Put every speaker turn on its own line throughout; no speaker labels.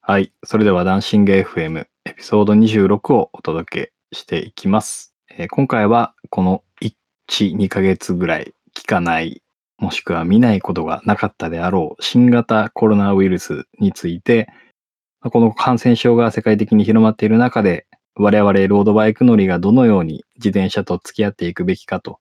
はい。それでは、ダンシング FM エピソード26をお届けしていきます。えー今回は、この1、2ヶ月ぐらい聞かない、もしくは見ないことがなかったであろう新型コロナウイルスについて、まあこの感染症が世界的に広まっている中で、我々ロードバイク乗りがどのように自転車と付き合っていくべきかと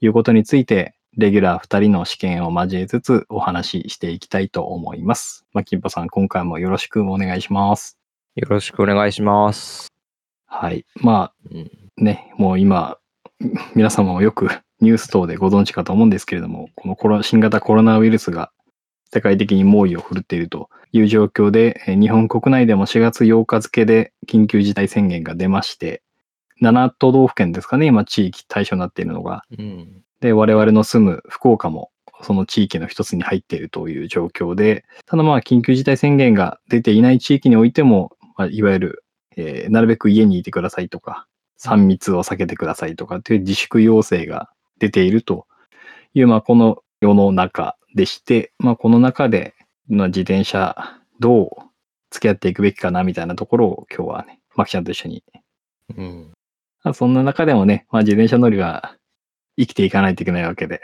いうことについて、レギュラー2人の試験を交えつつお話ししていきたいと思います。まあ、キンパさん、今回もよろしくお願いします。
よろしくお願いします。
はい。ま
うん
あね、もう今、皆様もよく ニュース等でご存知かと思うんですけれども、このコロ新型コロナウイルスが世界的に猛威を振るっているという状況で、えー日本国内でも4月8日付で緊急事態宣言が出まして、7都道府県ですかね、今地域対象になっているのが、
うん。
で、我々の住む福岡もその地域の一つに入っているという状況で、ただまあ緊急事態宣言が出ていない地域においても、まあ、いわゆる、えーなるべく家にいてくださいとか、3密を避けてくださいとかという自粛要請が出ているという、まあこの世の中でして、まあこの中で、まあ、自転車どう付き合っていくべきかなみたいなところを今日はね、マキちゃんと一緒に
うん。
まあそんな中でもね、まあ、自転車乗りは生きていかないといけないわけで、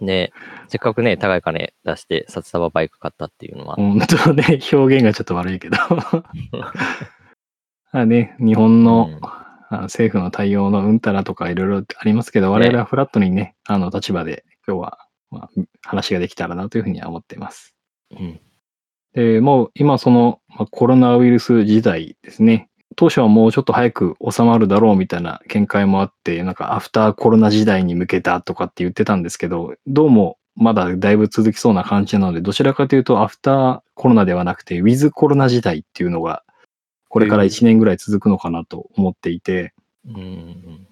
ねせっかくね、高い金出して、札束バイク買ったっていうのは。
本当ね、表現がちょっと悪い けど。あね、日本の,、
うん
あの政府の対応のうんたらとかいろいろありますけど、我々はフラットにね、あの立場で今日は、まあ、話ができたらなというふうには思っています。
うん。
で、もう今そのまあコロナウイルス時代ですね。当初はもうちょっと早く収まるだろうみたいな見解もあって、なんかアフターコロナ時代に向けたとかって言ってたんですけど、どうもまだだいぶ続きそうな感じなので、どちらかというとアフターコロナではなくて、ウィズコロナ時代っていうのが、これから1年ぐらい続くのかなと思っていて、
うん。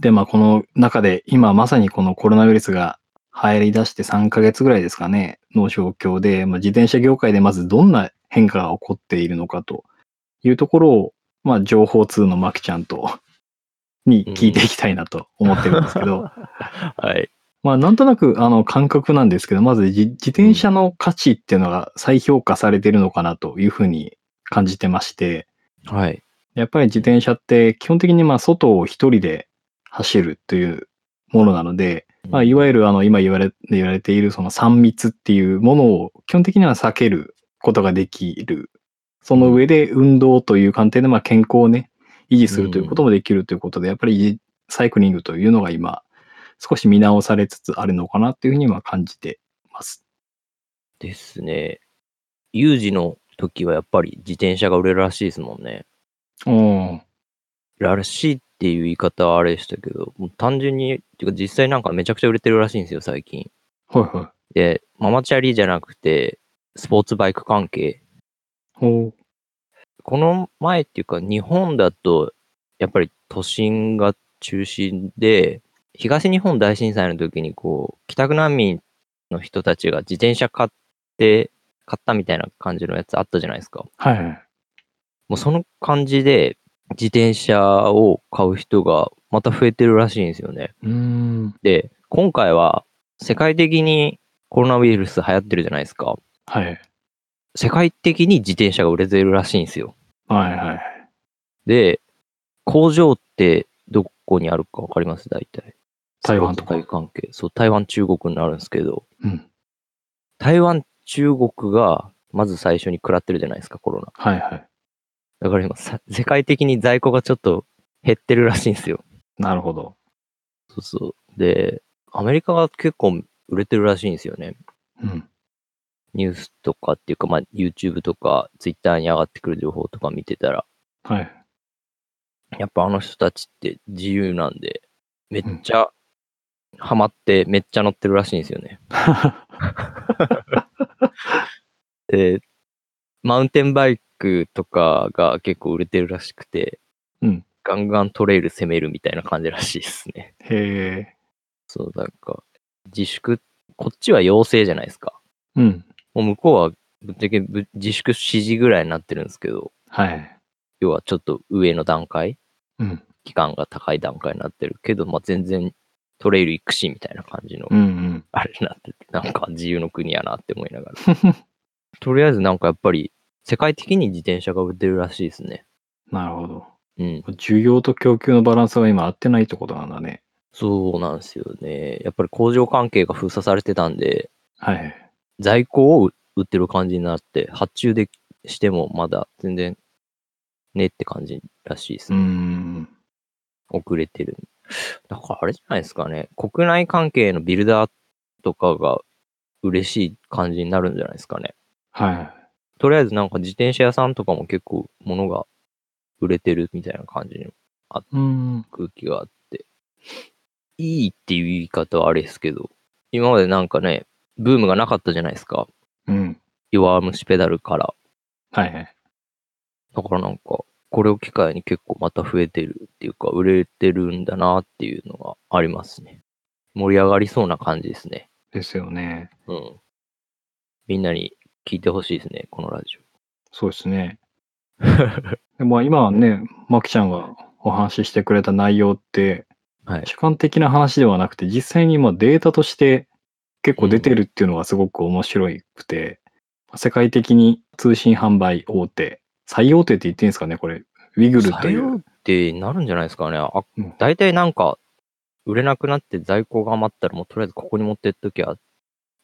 で、まあ、この中で、今まさにこのコロナウイルスが流行り出して3ヶ月ぐらいですかね、の状況で、まあ、自転車業界でまずどんな変化が起こっているのかというところを、まあ、情報通のまきちゃんと、 に聞いていきたいなと思ってるんですけど、
はい。
まあ、なんとなく、あの、感覚なんですけど、まず自、自転車の価値っていうのが再評価されているのかなというふうに感じてまして、
はい。
やっぱり自転車って基本的にまあ外を一人で走るというものなので、まあ、いわゆるあの今言われ言われているその3密っていうものを基本的には避けることができる。その上で運動という観点でまあ健康をね、維持するということもできるということで、やっぱりサイクリングというのが今少し見直されつつあるのかなっていうふうには感じてます。
ですね。有事の時はやっぱり自転車が売れるらしいですもんね。
うん。
らしいっていう言い方はあれでしたけど、もう単純に、てか実際なんかめちゃくちゃ売れてるらしいんですよ、最近。
はいは
で、ママチャリじゃなくて、スポーツバイク関係
い。おう
この前っていうか、日本だと、やっぱり都心が中心で、東日本大震災の時に、こう、帰宅難民の人たちが自転車買って、買ったみたいな感じのやつあったじゃないですか。
はいはい。
もうその感じで、自転車を買う人がまた増えてるらしいんですよね。
うーん。
で、今回は、世界的にコロナウイルス流行ってるじゃないですか。
はい。
世界的に自転車が売れてるらしいんですよ。
はいはい。
で、工場ってどこにあるかわかります大体。
台湾とか
スポーツ関係。そう、台湾、中国になるんですけど、
うん。
台湾、中国がまず最初に食らってるじゃないですか、コロナ。
はいはい。
だから今、さ世界的に在庫がちょっと減ってるらしいんですよ。
なるほど。
そうそう。で、アメリカが結構売れてるらしいんですよね。
うん。
ニュースとかっていうか、まあ、YouTube とか Twitter に上がってくる情報とか見てたら、
はい。
やっぱあの人たちって自由なんで、めっちゃハマって、めっちゃ乗ってるらしいんですよね。 で、マウンテンバイクとかが結構売れてるらしくて、
うん
ガンガントレイル攻めるみたいな感じらしいですね。
へえ。
そう、なんか、自粛、こっちは要請じゃないですか。
うん。
もう向こうはぶっちゃけぶ自粛指示ぐらいになってるんですけど、
はい。
要はちょっと上の段階、
うん。
期間が高い段階になってるけど、まあ、全然トレイル行くしみたいな感じの
うんうん。
あれになってて、なんか自由の国やなって思いながら。とりあえずなんかやっぱり世界的に自転車が売ってるらしいですね。
なるほど。
うん。
需要と供給のバランスが今合ってないってことなんだね。
そうなんですよね。やっぱり工場関係が封鎖されてたんで、
はいはい。
在庫を売ってる感じになって、発注でしてもまだ全然ねって感じらしいです
うー
ね。
ん。
遅れてる。だからあれじゃないですかね。国内関係のビルダーとかが嬉しい感じになるんじゃないですかね。
はいはい。
とりあえずなんか自転車屋さんとかも結構物が売れてるみたいな感じの
うーん。
空気があって。いいっていう言い方はあれですけど、今までなんかね、ブームがなかったじゃないですか。
うん。
弱虫ペダルから。
はいはい。
だからなんか、これを機会に結構また増えてるっていうか、売れてるんだなっていうのがありますね。盛り上がりそうな感じですね。
ですよね。
うん。みんなに聞いてほしいですね、このラジ
そうですね。
オ。
でまあ今はね、マキちゃんがお話ししてくれた内容って、
はい。
主観的な話ではなくて、実際に今データとして結構出てるっていうのがすごく面白くて、世界的に通信販売大手、最大手って言っていいんですかね、これ。ウィグルと
採
い
用
う
っ。てなるんじゃないですかね。あ
うん、
大体なんか、売れなくなって在庫が余ったら、もうとりあえずここに持ってっときゃ、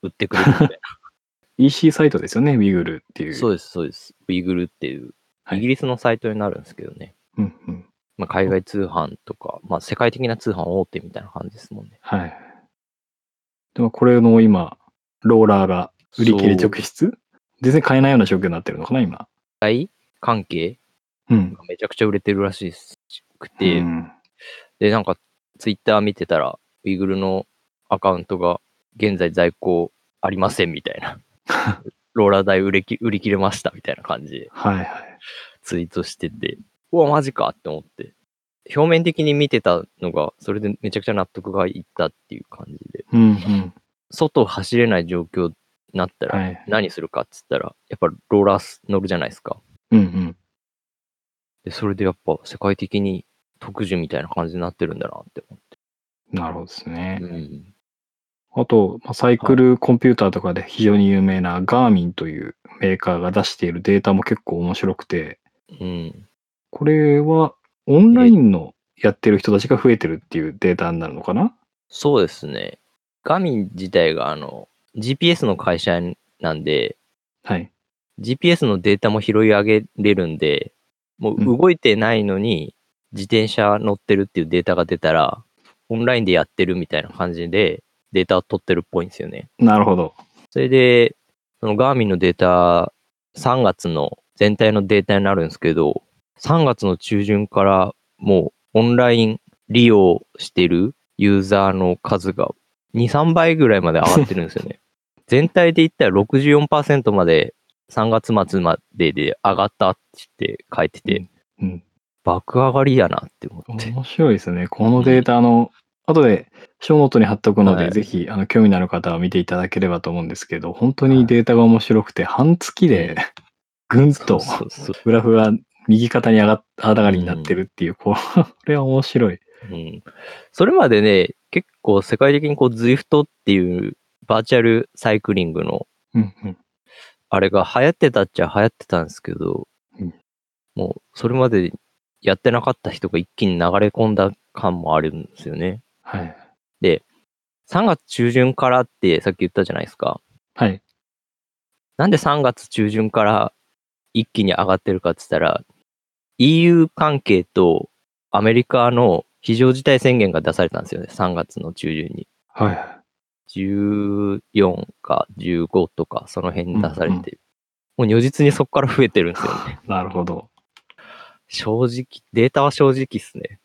売ってくれ るみたいな
EC サイトですよね、ウィグルっていう。
そうです、そうです。ウイグルっていう、
はい
イギリスのサイトになるんですけどね。
うんうん。
まあ、海外通販とか、まあ、世界的な通販大手みたいな感じですもんね。
はい。でもこれの今、ローラーが売り切れ直筆全然買えないような状況になってるのかな、今。
大関係
うん。
がめちゃくちゃ売れてるらしくて、
うん
で、なんか、ツイッター見てたら、ウイグルのアカウントが、現在在庫ありませんみたい な。ローラー代売れき売り切れましたみたいな感じで
はいはい。
ツイートしてて、うわ、マジかって思って。表面的に見てたのが、それでめちゃくちゃ納得がいったっていう感じで、
うんうん。
外走れない状況になったら、
はい。
何するかっつったら、やっぱローラー乗るじゃないですか。
うんうん。
で、それでやっぱ世界的に特需みたいな感じになってるんだなって思
なるほどですね。
って。うん。
あと、まあサイクルコンピューターとかで非常に有名なガーミンというメーカーが出しているデータも結構面白くて、
うん。
これはオンラインのやってる人たちが増えてるっていうデータになるのかな
そうですね。ガミン自体があの、GPS の会社なんで、
はい。
GPS のデータも拾い上げれるんで、も
うん
う動いてないのに自転車乗ってるっていうデータが出たら、オンラインでやってるみたいな感じでデータを取ってるっぽいんですよね。
なるほど。
それで、そのガーミンのデータ、3月の全体のデータになるんですけど、3月の中旬からもうオンライン利用してるユーザーの数が2、3倍ぐらいまで上がってるんですよね。 全体で言ったら64%まで3月末までで上がったって書いてて、
うん。
爆上がりやなって思って。
面白いですね。このデータ、あの、後で、ショーノートに貼っとくので、
はい
ぜひ、あの、興味のある方は見ていただければと思うんですけど、本当にデータが面白くて、半月で、ぐんと、
そうそう
グラフが右肩に上がっ上がりになってるっていう、 これは面白い。
うんそれまでね、結構世界的にこう ZWIFT っていうバーチャルサイクリングの
うんうん。
あれが流行ってたっちゃ流行ってたんですけど、
うん
もうそれまでやってなかった人が一気に流れ込んだ感もあるんですよね。
はい。
3月中旬からってさっき言ったじゃないですか。
はい。
なんで3月中旬から一気に上がってるかって言ったら、EU 関係とアメリカの非常事態宣言が出されたんですよね。3月の中旬に。
はい。
14か15とか、その辺に出されて、もう如実にそこから増えてるんですよね。
なるほど。
正直、データは正直っすね。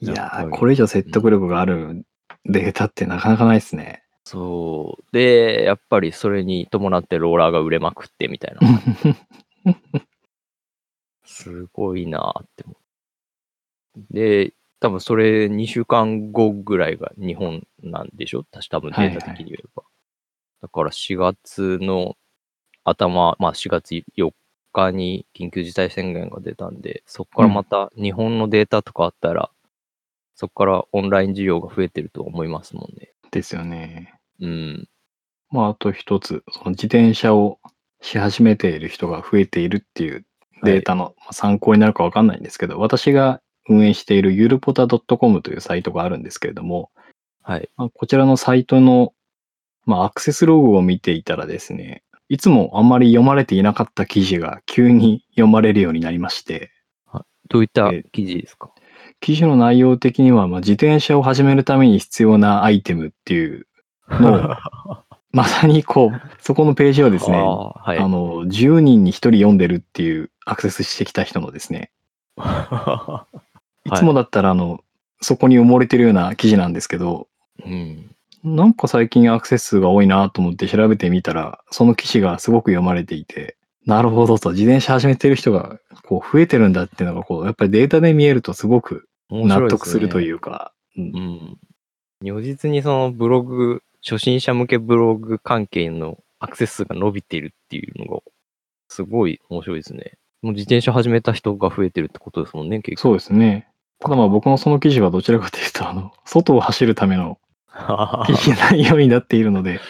い
やっぱ
やー、
り
これ以上説得力があるデータってなかなかないです ね。
そう。で、やっぱりそれに伴ってローラーが売れまくってみたいな。すごいなーって思う。で、多分それ2週間後ぐらいが日本なんでしょ確か多分データ的に言えば。だから4月の頭、まあ4月4日に緊急事態宣言が出たんで、そこからまた日本のデータとかあったら、そこからオンライン需要が増えてると思いますもんね。
ですよね。
うん。
まあ、あと一つ、その自転車をし始めている人が増えているっていうデータのまあ参考になるかわかんないんですけど、私が運営しているゆるぽた .com というサイトがあるんですけれども、
はい。
まあこちらのサイトの、まあ、アクセスログを見ていたらですね、いつもあんまり読まれていなかった記事が急に読まれるようになりまして、
どういった記事ですか
記事の内容的には、まあ、自転車を始めるために必要なアイテムっていう、のまさにこう、そこのページをですね、
あ
あ
ーはい。
の、10人に1人読んでるっていうアクセスしてきた人のですね、い
はい
つもだったらあの、そこに埋もれてるような記事なんですけど、
うん。。
なんか最近アクセス数が多いなと思って調べてみたら、その記事がすごく読まれていて、なるほどと、自転車始めてる人がこう増えてるんだっていうのがこう、やっぱりデータで見えるとすごく納得するといううか、うん
うん。如実にそのブログ、初心者向けブログ関係のアクセス数が伸びているっていうのが、すごい面白いですね。もう自転車始めた人が増えてるってことですもんね、 結局。
そうですね。ただまあ僕のその記事はどちらかというと、あの、外を走るための記事内容になっているので、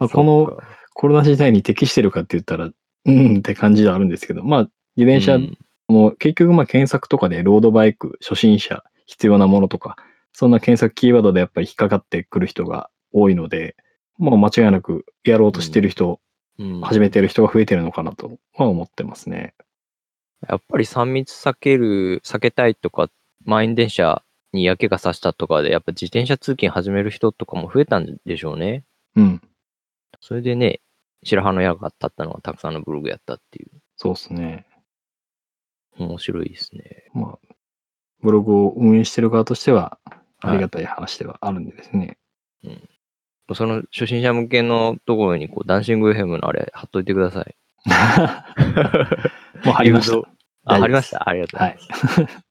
まあこの
そうか、
コロナ時代に適してるかって言ったら、うんって感じではあるんですけど、まあ自転車
うん
もう結局まあ検索とかでロードバイク初心者必要なものとかそんな検索キーワードでやっぱり引っかかってくる人が多いので、まあ、間違いなくやろうとしてる人、
うん
始めてる人が増えてるのかなとは思ってますね。
やっぱり3密避ける、避けたいとか、満員電車に嫌気がさしたとかで、やっぱ自転車通勤始める人とかも増えたんでしょうね。
うん
それでね、白羽の矢が立ったのがたくさんのブログやったっていう。
そうですね。
面白いですね。
まあブログを運営してる側としてはありがたい話ではあるんでです ね。
その初心者向けのところにこう、ダンシング FM のあれ貼っといてください。
もう貼りまし
誘
た
導。あ、
大丈夫です
貼りました。ありがとうございます。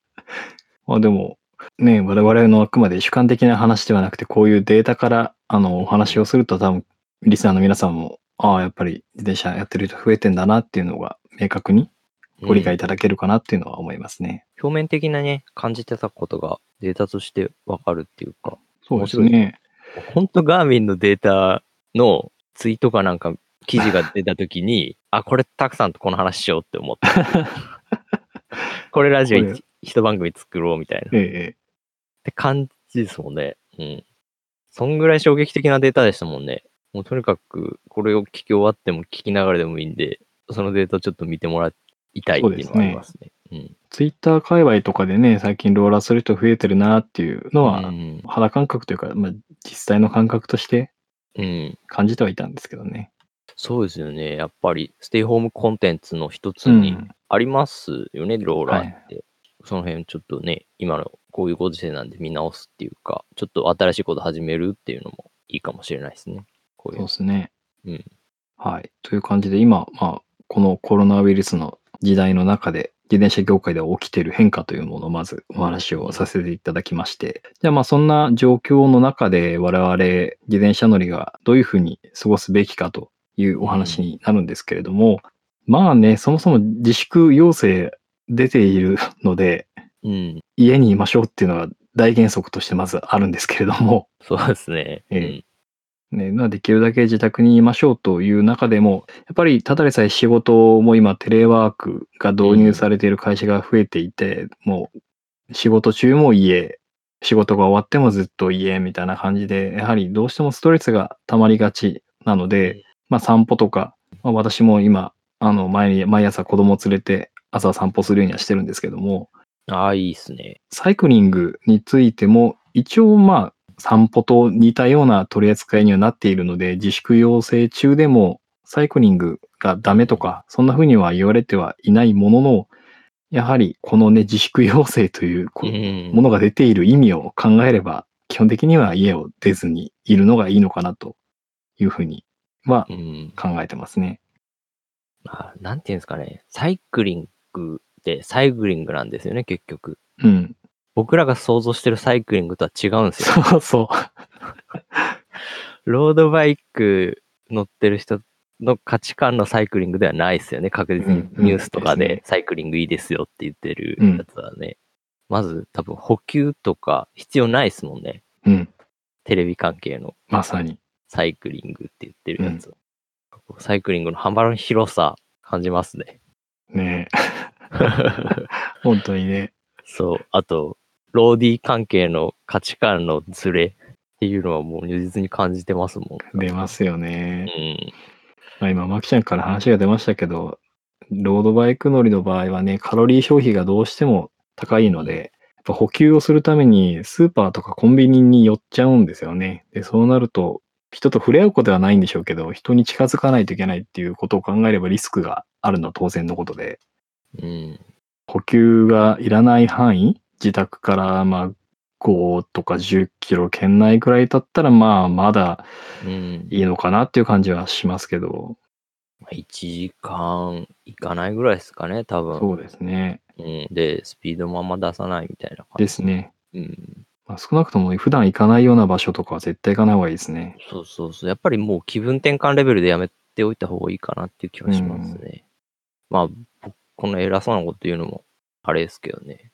まあでも、ね、我々のあくまで主観的な話ではなくて、こういうデータから、あの、お話をすると多分、リスナーの皆さんも、ああ、やっぱり自転車やってる人増えてんだなっていうのが、明確にご理解い
うん
ただけるかなっていうのは思いますね。
表面的なね、感じてたことがデータとしてわかるっていうか、
そう
う
で
ですす
ね。
ほんとガーミンのデータのツイートかなんか記事が出たと きに、あ、これたくさんとこの話しようって思った。これラジオ
これ
一一番組作ろうみたいな。っ
ええ、
て感じですもんね。うん。そんぐらい衝撃的なデータでしたもんね。もうとにかく、これを聞き終わっても聞きながらでもいいんで、そのデータをちょっと見てもらいたいっていうのがありますね。
ツイッター界隈とかでね、最近ローラーする人増えてるなっていうの
うん。
は、
うん
肌感覚というか、まあ、実際の感覚として
うん。
感じてはいたんですけどね。
そうですよね。やっぱり、ステイホームコンテンツの一つに
うん
ありますよね、ローラーって。その辺ちょっとね、今のこういうご時世なんで見直すっていうか、ちょっと新しいこと始めるっていうのもいいかもしれないですね。こうい
そう
う。
ですね。
うん
はい。という感じで、今、まあ、このコロナウイルスの時代の中で、自転車業界では起きている変化というものをまずお話をさせていただきまして、じゃあまあそんな状況の中で我々自転車乗りがどういうふうに過ごすべきかというお話になるんですけれども、まあね、そもそも自粛要請出ているので、
うん。
家にいましょうっていうのが大原則としてまずあるんですけれども、
そうですね。
ええね、まあできるだけ自宅にいましょうという中でも、やっぱりただでさえ仕事も今テレワークが導入されている会社が増えていて、もう仕事中も家、仕事が終わってもずっと家みたいな感じで、やはりどうしてもストレスが溜まりがちなの
うん
で、まあ散歩とか、まあ、私も今、あの前に、毎朝子供を連れて朝散歩するようにはしてるんですけども、
うんああ、いいですね。
サイクリングについても一応まあ散歩と似たような取り扱いにはなっているので自粛要請中でもサイクリングがダメとかそんな風には言われてはいないもののやはりこのね自粛要請というこ
ん
ものが出ている意味を考えれば基本的には家を出ずにいるのがいいのかなというふうには
うん。
考えてますね。
あなんていうんですかね。サイクリングってサイクリングなんですよね、結局。
うん。
僕らが想像してるサイクリングとは違うんです よ。
そうそう。
ロードバイク乗ってる人の価値観のサイクリングではないですよね。確実に
うんうん
ニュースとか
ですね
でサイクリングいいですよって言ってる
うん
やつはね。まず多分補給とか必要ないですもんね。
うん。
テレビ関係の
まさに。
サイクリングって言ってるやつは。サイクリングの幅の広さ感じま すね。
ねえ本当にね。
そう。あと、ローディー関係の価値観のズレっていうのはもう如実に感じてますもん。
出ますよね
う。ん。
まあ、今、マキちゃんから話が出ましたけど、ロードバイク乗りの場合はね、カロリー消費がどうしても高いので、やっぱ補給をするためにスーパーとかコンビニに寄っちゃうんですよね。で、そうなると、人と触れ合うことはないんでしょうけど、人に近づかないといけないっていうことを考えればリスクがあるのは当然のことで、
うん。
補給がいらない範囲、自宅からまあ5とか10キロ圏内くらいだったら、まあまだ
うん。
いいのかなっていう感じはしますけど、
まあ1時間いかないぐらいですかね、多分。
そうですね。
うん、で、スピードもあんま出さないみたいな感じ。
ですね。
うん。
まあ、少なくとも普段行かないような場所とかは絶対行かない方がいいですね。
そうそうそう。やっぱりもう気分転換レベルでやめておいた方がいいかなっていう気はしますね。まあ、僕この偉そうなこと言うのもあれですけどね。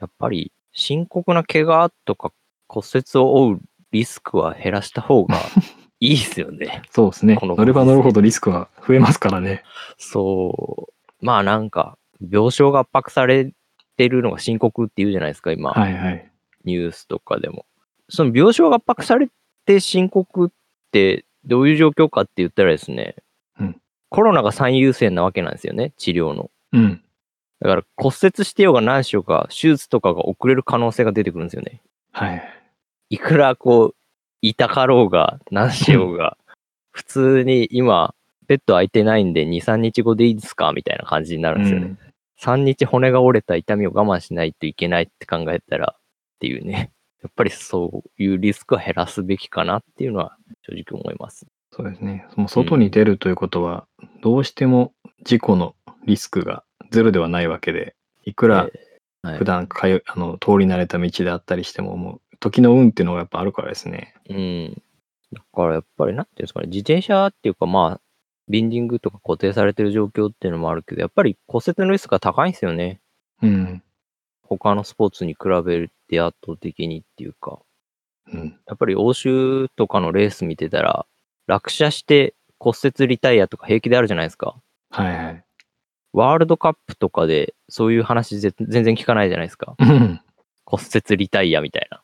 やっぱり深刻な怪我とか骨折を負うリスクは減らした方がいいですよ ね。
そうですね。
この
乗れば乗るほどリスクは増えますからね。
そう。まあなんか、病床が圧迫されてるのが深刻っていうじゃないですか、今。
はいはい。
ニュースとかでも。その病床が圧迫されて深刻ってどういう状況かって言ったらですね、
うん
コロナが最優先なわけなんですよね、治療の。
うん。
だから骨折してようが何しようが、手術とかが遅れる可能性が出てくるんですよね。
はい。
いくらこう、痛かろうが、何しようが、普通に今、ベッド空いてないんで2、3日後でいいですかみたいな感じになるんですよね。
うん
3日骨が折れた痛みを我慢しないといけないって考えたらっていうね、 やっぱりそういうリスクは減らすべきかなっていうのは正直思います。
そうですね。もう外に出るということは、どうしても事故のリスクがゼロではないわけで、いくら
えーはい
普段通いあの通り慣れた道であったりしても、もう時の運っていうのがやっぱあるからですね。
うん。だからやっぱりなんていうんですかね、自転車っていうかまあ、ビンディングとか固定されてる状況っていうのもあるけど、やっぱり骨折のリスクが高いんですよね。
うん。
他のスポーツに比べて圧倒的にっていうか。
うん。
やっぱり欧州とかのレース見てたら、落車して骨折リタイアとか平気であるじゃないですか。
はいはい。
ワールドカップとかでそういう話ぜ全然聞かないじゃないですか。
うん。
骨折リタイアみたいな。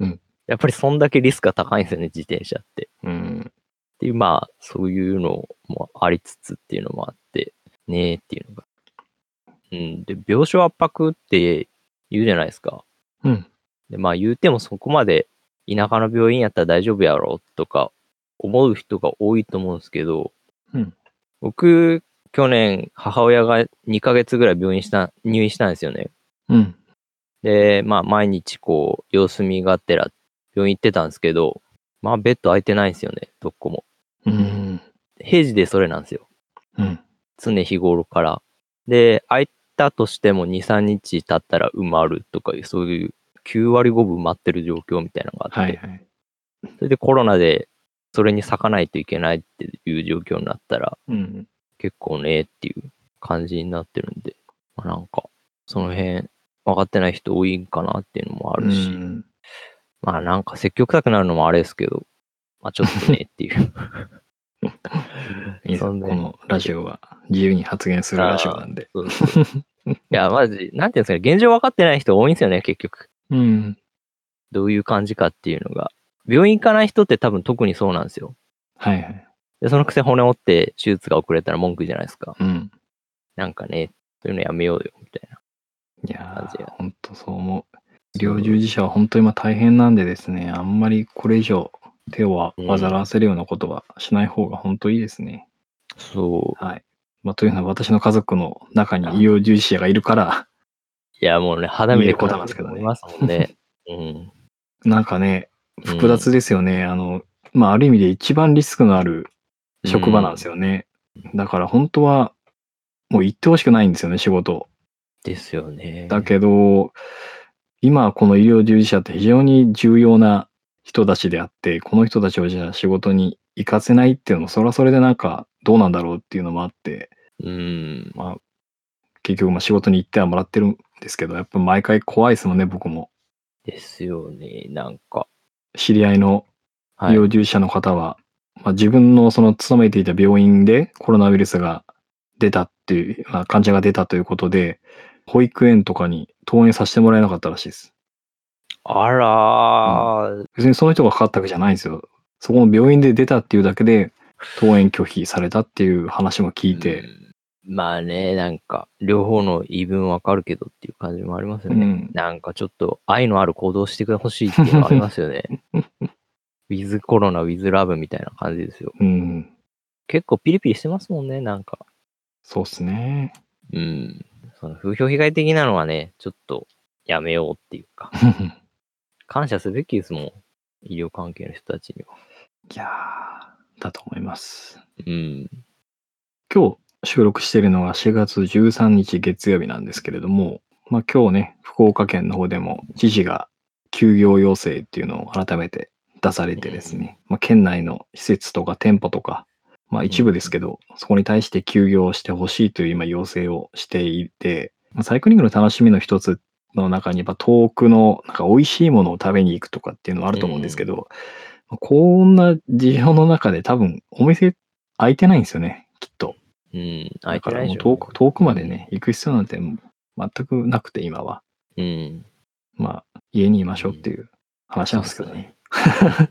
うん。
やっぱりそんだけリスクが高いんですよね、自転車って。
うん。
っていう、まあ、そういうのもありつつっていうのもあって、ねえっていうのが。うん。で、病床圧迫って言うじゃないですか。
うん。
で、まあ言うてもそこまで田舎の病院やったら大丈夫やろとか思う人が多いと思うんですけど、
うん
僕、去年母親が2ヶ月ぐらい病院した、入院したんですよね。
うん。
で、まあ毎日こう、様子見がてら病院行ってたんですけど、まあベッド空いてないんですよね、どこも。
うん。
平時でそれなんですよ。
うん。
常日頃から。で、空いたとしても2、3日経ったら埋まるとかいう、そういう9割5分埋まってる状況みたいなのがあって、
はいはい。
それでコロナでそれに咲かないといけないっていう状況になったら、
うん。
結構ねっていう感じになってるんで、まあなんか、その辺、分かってない人多いんかなっていうのもあ
あ
るし、まあなんか積極臭くなるのもあれですけど、まあちょっとねっ ていう。
いいです
そ
こ
んで
のラジオは自由に発言するラジオなんで。
そうそういや、マジ、なんていうんですかね、現状分かってない人多いんですよね、結局。
うん。
どういう感じかっていうのが。病院行かない人って多分特にそうなんですよ。
はいはい。
で、そのくせ骨折って手術が遅れたら文句じゃないですか。
うん。
なんかね、そういうのやめようよ、みたいな。
いや
感じ
ー
が、
ほんとそう思う。医療従事者は本当今大変なんでですね、あんまりこれ以上手を煩わせるようなことはしない方が本当いいですね。
そう。
はい。まあ、というのは私の家族の中に医療従事者がいるから、
いや、もうね、肌身
い
で
いことなんですけどね
思いますもんね。 うん。
なんかね、複雑
で。
ですよね。あの、まあ、ある意味で一番リスクのある職場なんですよね。だから本当は、もう行ってほしくないんですよね、仕事を。
ですよね。
だけど、今この医療従事者って非常に重要な人たちであって、この人たちをじゃあ仕事に行かせないっていうのも、それはそれでなんかどうなんだろうっていうのもあって、
うん。
まあ、結局まあ仕事に行ってはもらってるんですけど、やっぱ毎回怖いですもんね、僕も。
ですよね、なんか。
知り合いの医
はい。
療従事者の方は、まあ、自分のその勤めていた病院でコロナウイルスが出たっていう、まあ、患者が出たということで、保育園とかに登園させてもらえなかったらしいです。
あらー、
別にその人がかかったわけじゃないんですよ。そこの病院で出たっていうだけで、登園拒否されたっていう話も聞いて、
うんまあね、なんか、両方の言い分わかるけどっていう感じもありますよ
う
ね。
ん
なんかちょっと愛のある行動してほしいっていうのはありますよね。 ウィズコロナ、ウィズラブみたいな感じですよ。
うん、
結構ピリピリしてますもんね、なんか。
そうっすね。
うん。その風評被害的なのはね、ちょっとやめようっていうか、感謝すべきですもん。医療関係の人たちには。
いやー、だと思います。
うん。
今日収録しているのが4月13日月曜日なんですけれども、まあ、今日ね、福岡県の方でも知事が休業要請っていうのを改めて出されてですね、まあ、県内の施設とか店舗とか、まあ、一部ですけど、そこに対して休業してほしいという今要請をしていて、まあサイクリングの楽しみの一つの中に、やっぱ遠くのなんか美味しいものを食べに行くとかっていうのはあると思うんですけど、まあこんな事情の中で多分お店開いてないんですよね、きっと。
うん。
だ
相
か
手
ら
ない
も
で
う
しょ
遠く、遠くまでね、行く必要なんて全くなくて、今は。
うん。
まあ、家にいましょうっていう話なんですけど
そうっす
ね。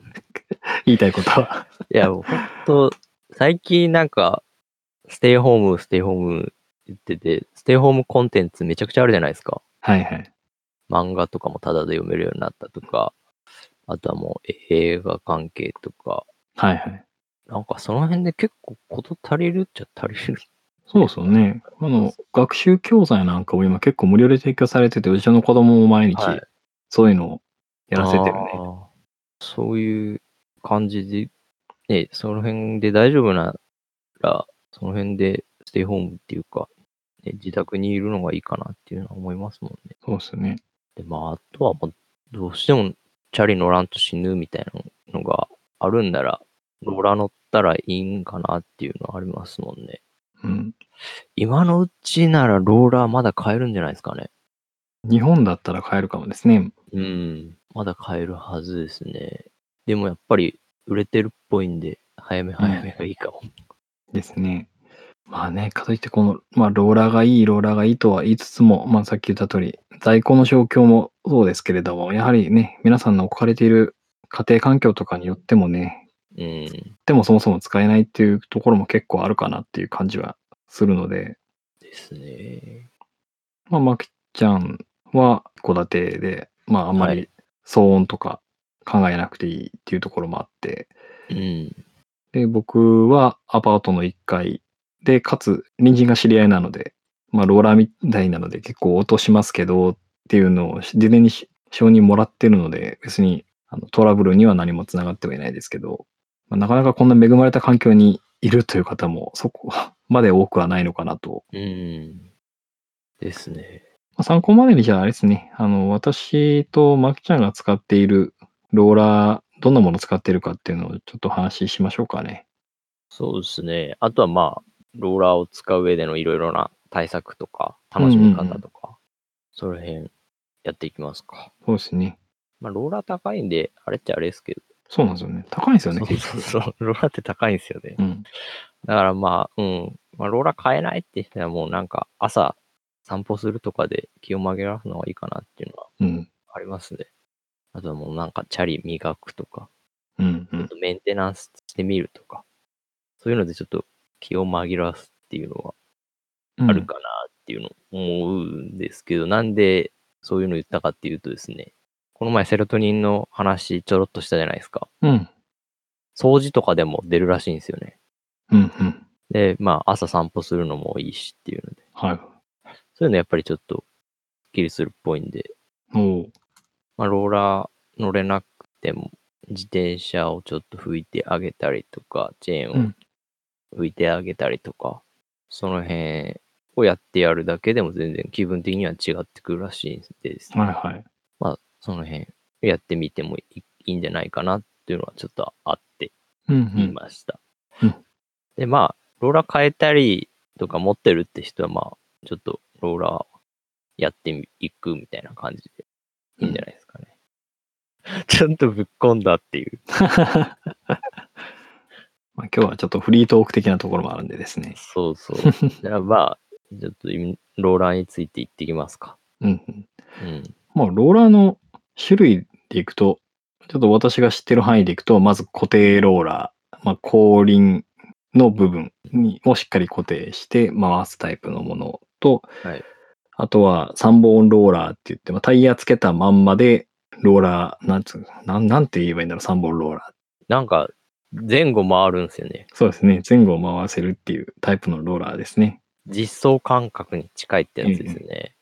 言いたいことは。
いや、もうほんと、最近なんか、ステイホーム、ステイホーム言ってて、ステイホームコンテンツめちゃくちゃあるじゃないですか。
はいはい。
漫画とかもタダで読めるようになったとか、あとはもう映画関係とか、
はいはい。
なんかその辺で結構こと足りるっちゃ足りる。
そうそうね。あの、学習教材なんかも今結構無料で提供されてて、うちの子供も毎日
はい
そういうのをやらせてるね。
あーそういう感じで、ね、その辺で大丈夫なら、その辺でステイホームっていうか、ね、自宅にいるのがいいかなっていうのは思いますもんね。
そうですね。
で、まあ、あとはもう、どうしてもチャリ乗らんと死ぬみたいなのがあるんなら、ローラー乗ったらいいんかなっていうのはありますもんね。
うん。
今のうちならローラーまだ買えるんじゃないですかね。
日本だったら買えるかもですね。
うん。まだ買えるはずですね。でもやっぱり売れてるっぽいんで、早め早めがいいかも。
ですね。まあね、かといってこの、まあ、ローラーがいい、ローラーがいいとは言いつつも、まあ、さっき言った通り、在庫の状況もそうですけれども、やはりね、皆さんの置かれている家庭環境とかによってもね、
うん。
でもそもそも使えないっていうところも結構あるかなっていう感じはするので、
ですね。
まあ、まきちゃんは戸建てで、まあ、あんま
は
り騒音とか考えなくていいっていうところもあって、
うん。
で、僕はアパートの1階で、かつ隣人が知り合いなので、まあ、ローラーみたいなので結構音しますけどっていうのを事前にし承認もらってるので、別にあのトラブルには何もつながってはいないですけど、まあ、なかなかこんな恵まれた環境にいるという方もそこ まで多くはないのかなと。
うん。ですね。
まあ、参考までにじゃああれですね、あの、私とマキちゃんが使っているローラー、どんなもの使ってるかっていうのをちょっとお話ししましょうかね。
そうですね。あとはまあ、ローラーを使う上でのいろいろな対策とか、楽しみ方とか、その辺やっていきますか。
そうですね。
まあ、ローラー高いんで、あれっちゃあれですけど。
そうなんですよね。高いんですよね、
そうそうそう。ローラーって高いんですよね。
うん。
だからまあ、うん。まあ、ローラー買えないって人はもうなんか、朝散歩するとかで気を紛らわすのがいいかなっていうのは
うん。
ありますね。あとはもうなんか、チャリ磨くとか、
うん。うん。
メンテナンスしてみるとか、そういうのでちょっと気を紛らわすっていうのは
うん
あるかなっていうのを思うんですけど、なんでそういうの言ったかっていうとですね、この前セロトニンの話ちょろっとしたじゃないですか。
うん。
掃除とかでも出るらしいんですよね。
うん。うん。
で、まあ朝散歩するのもいいしっていうので、
はい。
そういうのやっぱりちょっとスッキリするっぽいんで、
おう
まあローラー乗れなくても自転車をちょっと拭いてあげたりとか、チェーンを拭いてあげたりとか、その辺をやってやるだけでも全然気分的には違ってくるらしいんですね。
はいはい。
まあ、その辺やってみてもいいいいんじゃないかなっていうのはちょっとあって
うんう
言い
ん。
ました。
うん
で、まあ、ローラー変えたりとか持ってるって人は、まあ、ちょっとローラーやってみいくみたいな感じでいいんじゃないですかね。 ちゃんとぶっ込んだっていう。
今日はちょっとフリートーク的なところもあるんでですね。
そうそう。 じゃあまあ、ちょっと今ローラーについて言ってきますか。
うんうん。
うん。
まあ、ローラーの種類でいくと、ちょっと私が知ってる範囲でいくと、まず固定ローラー、まあ、後輪の部分にをしっかり固定して回すタイプのものと、
はい
あとは3本ローラーって言って、まあ、タイヤつけたまんまで、ローラー、なんつうなん、なんて言えばいいんだろう、3本ローラー。
なんか、前後回るんですよね。
そうですね、前後を回せるっていうタイプのローラーですね。
実装感覚に近いってやつですね。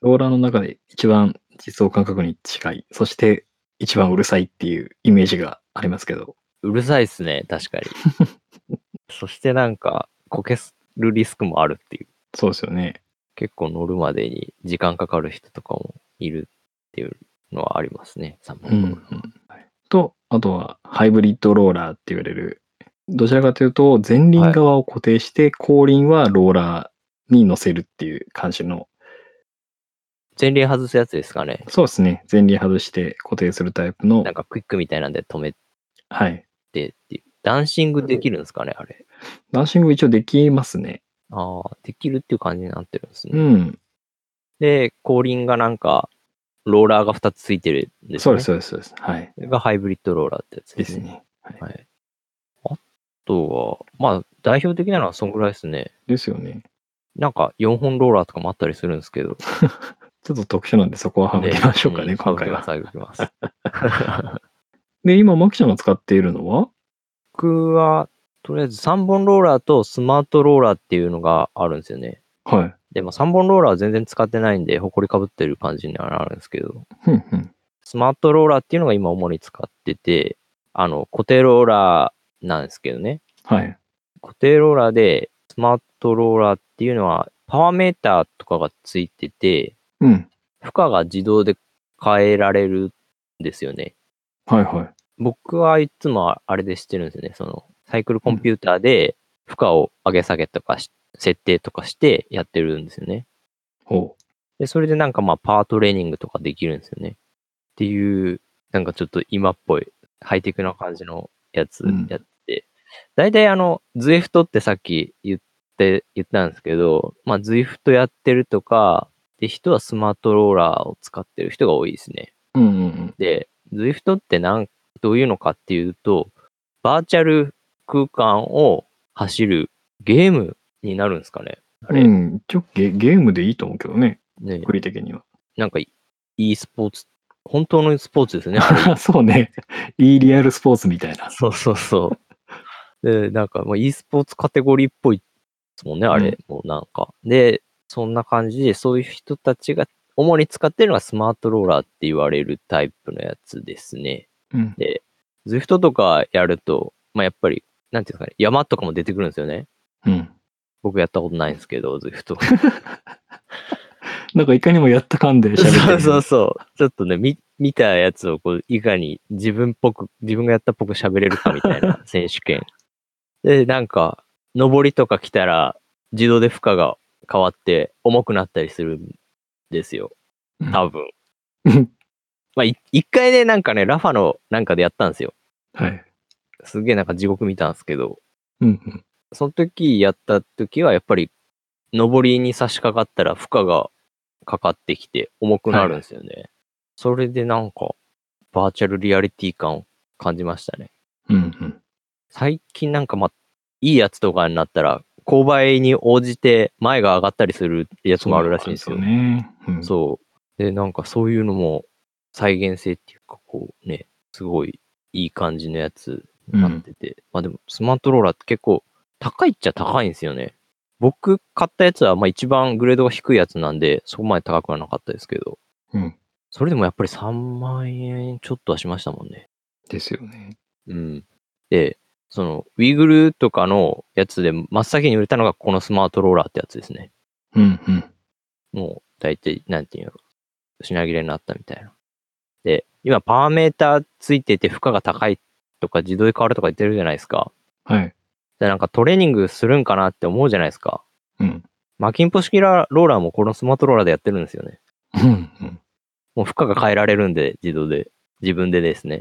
ローラーの中で一番実装感覚に近い、そして一番うるさいっていうイメージがありますけど、
うるさいっすね、確かに。 そしてなんか、こけるリスクもあるっていう。
そうですよね。
結構乗るまでに時間かかる人とかもいるっていうのはありますね、三
う
本
ん
ロ
う
ーラー
んはいと、あとはハイブリッドローラーって言われる、どちらかというと前輪側を固定して後輪はローラーに乗せるっていう感じの、
前輪外すやつですかね。
そうですね、前輪外して固定するタイプの
なん、かクイックみたいなんで止め
はい。
てっていう。ダンシングできるんですかね、あれ。
ダンシング一応できますね。
ああ、できるっていう感じになってるんですね。
うん。
で、後輪がなんか、ローラーが2つついてるんですね。
そうです、そうです、そうです。はい。
それがハイブリッドローラーってやつ
で
ですすね。
ね。
はい。あとは、まあ、代表的なのはそんぐらいですね。
ですよね。
なんか、4本ローラーとかもあったりするんですけど。
ちょっと特殊なんでそこは省きましょうか
う
ね、
ん
今回は。
省 きます。省きます
で、今、マキちゃんが使っているのは
僕は、とりあえず3本ローラーとスマートローラーっていうのがあるんですよね。
はい。
でも3本ローラーは全然使ってないんで、ほこりかぶってる感じにはなるんですけど、
ふんふん。
スマートローラーっていうのが今主に使ってて、あの、固定ローラーなんですけどね。
はい。
固定ローラーで、スマートローラーっていうのは、パワーメーターとかがついてて、
うん。
負荷が自動で変えられるんですよね。
はいはい。
僕はいつもあれでしてるんですよね。その、サイクルコンピューターで負荷を上げ下げとかし、設定とかしてやってるんですよね。
ほ
で、それでなんかまあ、パワートレーニングとかできるんですよね。っていう、なんかちょっと今っぽい、ハイテクな感じのやつ
うん
やって、大体あの、Zwift ってさっき言って、言ったんですけど、まあ、Zwift やってるとか、で、人はスマートローラーを使ってる人が多いですね。
う。うんうんうん。
で、Zwift ってなん、どういうのかっていうと、バーチャル空間を走るゲームになるんですかね。あれ、
うん、一応ゲゲームでいいと思うけどね、
ね
振り的に は。
なんか、e スポーツ、本当のスポーツですね。 あれ
そうね、いいリアルスポーツみたいな。
そうそうそう。で、なんか、もう e スポーツカテゴリーっぽいですもんね、あれ。もうなんか。で、そんな感じで、そういう人たちが主に使ってるのがスマートローラーって言われるタイプのやつですね。
うん、
Zwift とかやると、まあやっぱり、なんていうんですかね、山とかも出てくるんですよね。
うん。
僕やったことないんですけど、Zwift。
なんかいかにもやった感で喋ってる。
そうそうそう。ちょっとね、見、見たやつをこう、いかに自分っぽく、自分がやったっぽく喋れるかみたい な選手権。で、なんか、上りとか来たら、自動で負荷が変わって重くなったりするんですよ。多分。
うん
まあ、い一回ね、なんかね、ラファのなんかでやったんですよ。
はい。
すげえなんか地獄見たんですけど、
うんうん。
その時やった時はやっぱり、上りに差し掛かったら負荷がかかってきて重くなるんですよね。それでなんか、バーチャルリアリティ感を感じましたね。
うんうん。
最近なんかまあ、いいやつとかになったら、勾配に応じて前が上がったりするやつもあるらしいんですよ。
そうね。うん、
そう。で、なんかそういうのも再現性っていうか、こうね、すごいいい感じのやつになってて。まあでも、スマートローラーって結構高いっちゃ高いんですよね。僕買ったやつは、まあ一番グレードが低いやつなんで、そこまで高くはなかったですけど。
うん
それでもやっぱり3万円ちょっとはしましたもんね。
ですよね。
うん。で、その、ウィグルとかのやつで真っ先に売れたのがこのスマートローラーってやつですね。
うんうん。
もう大体、なんていうの、品切れになったみたいな。で、今パワーメーターついてて負荷が高いとか自動で変わるとか言ってるじゃないですか。
はい。
で、なんかトレーニングするんかなって思うじゃないですか。
うん。
マキンポ式ラローラーもこのスマートローラーでやってるんですよね。
うんうん。
もう負荷が変えられるんで、自動で。自分でですね。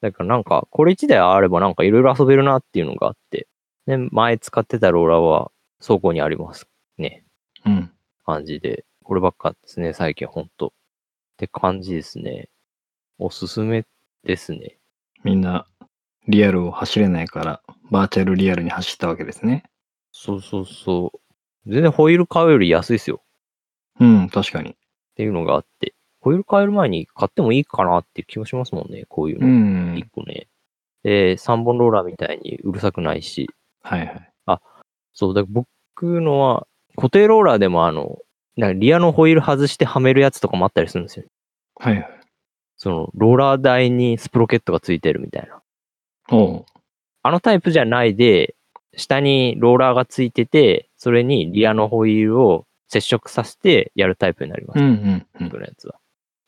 だからなんか、これ一台あればなんかいろいろ遊べるなっていうのがあって、で、前使ってたローラーは倉庫にありますね。
うん。
感じで。こればっかですね、最近ほんと。って感じですね。おすすめですね。
みんな、リアルを走れないから、バーチャルリアルに走ったわけですね。
そうそうそう。全然ホイール買うより安いですよ。
うん、確かに。
っていうのがあって。ホイール買える前に買ってもいいかなっていう気もしますもんね、こういう
う
の。
ん。
一個ね。で、3本ローラーみたいにうるさくないし。
はいはい。
そう、だから僕のは、固定ローラーでもあの、なんかリアのホイール外してはめるやつとかもあったりするんですよ。
はいはい。
その、ローラー台にスプロケットがついてるみたいな。
おう。
あのタイプじゃないで、下にローラーがついてて、それにリアのホイールを接触させてやるタイプになります。
うんうんうん
僕。のやつは。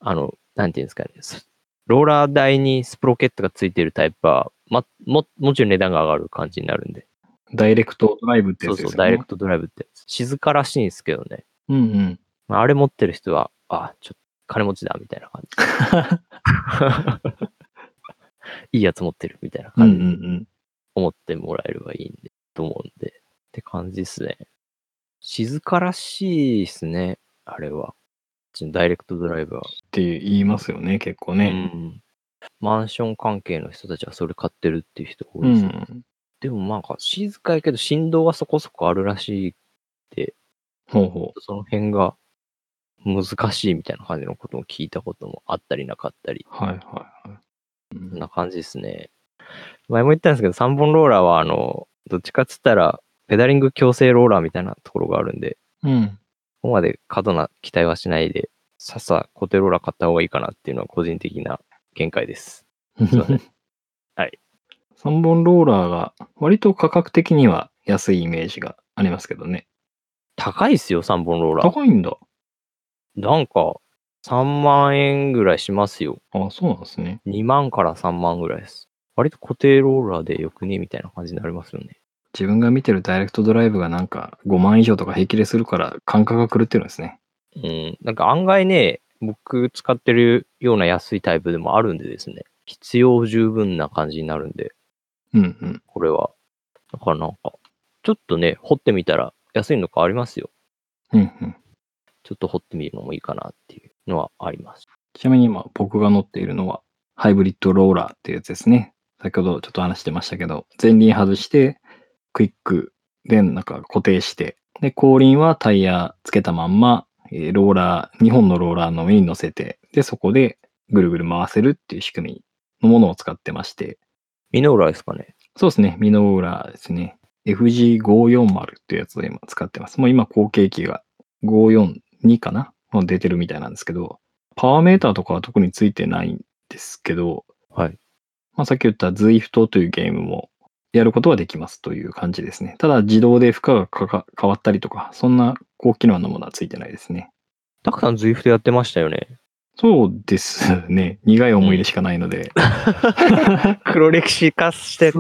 あの、なんていうんですかね。すローラー台にスプロケットがついてるタイプは、ま、も、もちろん値段が上がる感じになるんで。
ダイレクトドライブってや
そう
つです
そ
よね。
う、ダイレクトドライブってやつ。静からしいんですけどね。
うん うん。
まあ、あれ持ってる人は、あ、ちょっと金持ちだ、みたいな感じ。いいやつ持ってる、みたいな
うんう
感じで
ん
思ってもらえればいいんで、と思うんで。って感じですね。静からしいですね、あれは。ちょっとダイレクトドライブ
っ
は。
て言いますよね、結構
う
ね。
ん。マンション関係の人たちはそれ買ってるっていう人が多
う
い
ん。
です、ねでもなんか静かやけど振動はそこそこあるらしい。
ほうほう。
その辺が難しいみたいな感じのことも聞いたこともあったりなかったり。
はいはいはい。うん
こんな感じですね。前も言ったんですけど、3本ローラーは、あの、どっちかっつったら、ペダリング強制ローラーみたいなところがあるんで、
うん。
ここまで過度な期待はしないで、さっさ、固定ローラー買った方がいいかなっていうのは個人的な見解です。すいませんはい。
3本ローラーが割と価格的には安いイメージがありますけどね。
高いっすよ、3本ローラー。
高いんだ。
なんか、3万円ぐらいしますよ。
あ、そうなんですね。
2万から3万ぐらいです。割と固定ローラーでよくねみたいな感じになりますよね。
自分が見てるダイレクトドライブがなんか5万以上とか平気でするから感覚が狂ってるんですね。
うん、なんか案外ね、僕使ってるような安いタイプでもあるんでですね、必要十分な感じになるんで、
うんうん。
これは。だからなんか、ちょっとね、掘ってみたら安いの変わりますよ。
うんうん。
ちょっと掘ってみるのもいいかなっていうのはあります。
ちなみに今僕が乗っているのはハイブリッドローラーっていうやつですね。先ほどちょっと話してましたけど、前輪外してクイックでなんか固定して、で、後輪はタイヤつけたまんま、えーローラー、2本のローラーの上に乗せて、で、そこでぐるぐる回せるっていう仕組みのものを使ってまして、
ミノーラですかね。
そうですね、ミノーラーですね。FG540 っていうやつを今使ってます。もう今後継機が542かなもう出てるみたいなんですけど、パワーメーターとかは特についてないんですけど、
はい。
まあ、さっき言った Zwift というゲームもやることはできますという感じですね。ただ自動で負荷がかか変わったりとか、そんな高機能なものはついてないですね。
たくさん Zwift やってましたよね。
そうですね。苦い思い出しかないので。
黒歴史化して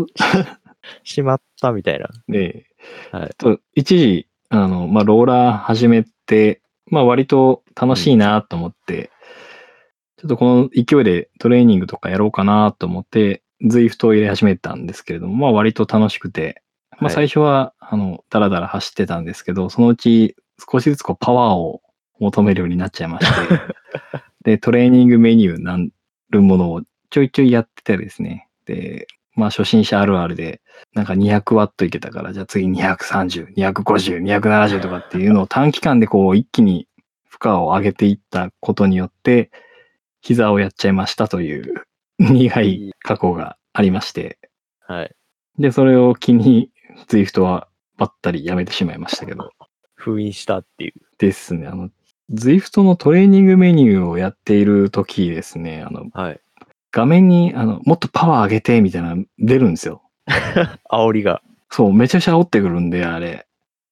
しまったみたいな。
で、
はい
ちょっと一時、あの、まあ、ローラー始めて、まあ、割と楽しいなと思って、ちょっとこの勢いでトレーニングとかやろうかなと思って、Zwift を入れ始めたんですけれども、まあ、割と楽しくて、ま
は
あ、
い
最初は、あの、ダラダラ走ってたんですけど、そのうち少しずつこうパワーを求めるようになっちゃいま して、で、トレーニングメニューなるものをちょいちょいやっててですね、で、まあ、初心者あるあるで、なんか200ワットいけたから、じゃあ次230、250、270とかっていうのを短期間でこう一気に負荷を上げていったことによって、膝をやっちゃいましたという苦い過去がありまして、
はい。
で、それを機に、ツイフトはばったりやめてしまいましたけど、
封印したっていう。
ですね、あの、ズイフトのトレーニングメニューをやっている時ですね、あの、
はい。
画面に、あの、もっとパワー上げて、みたいな、出るんですよ。
煽りが。
そう、めちゃくちゃ煽ってくるんで、あれ。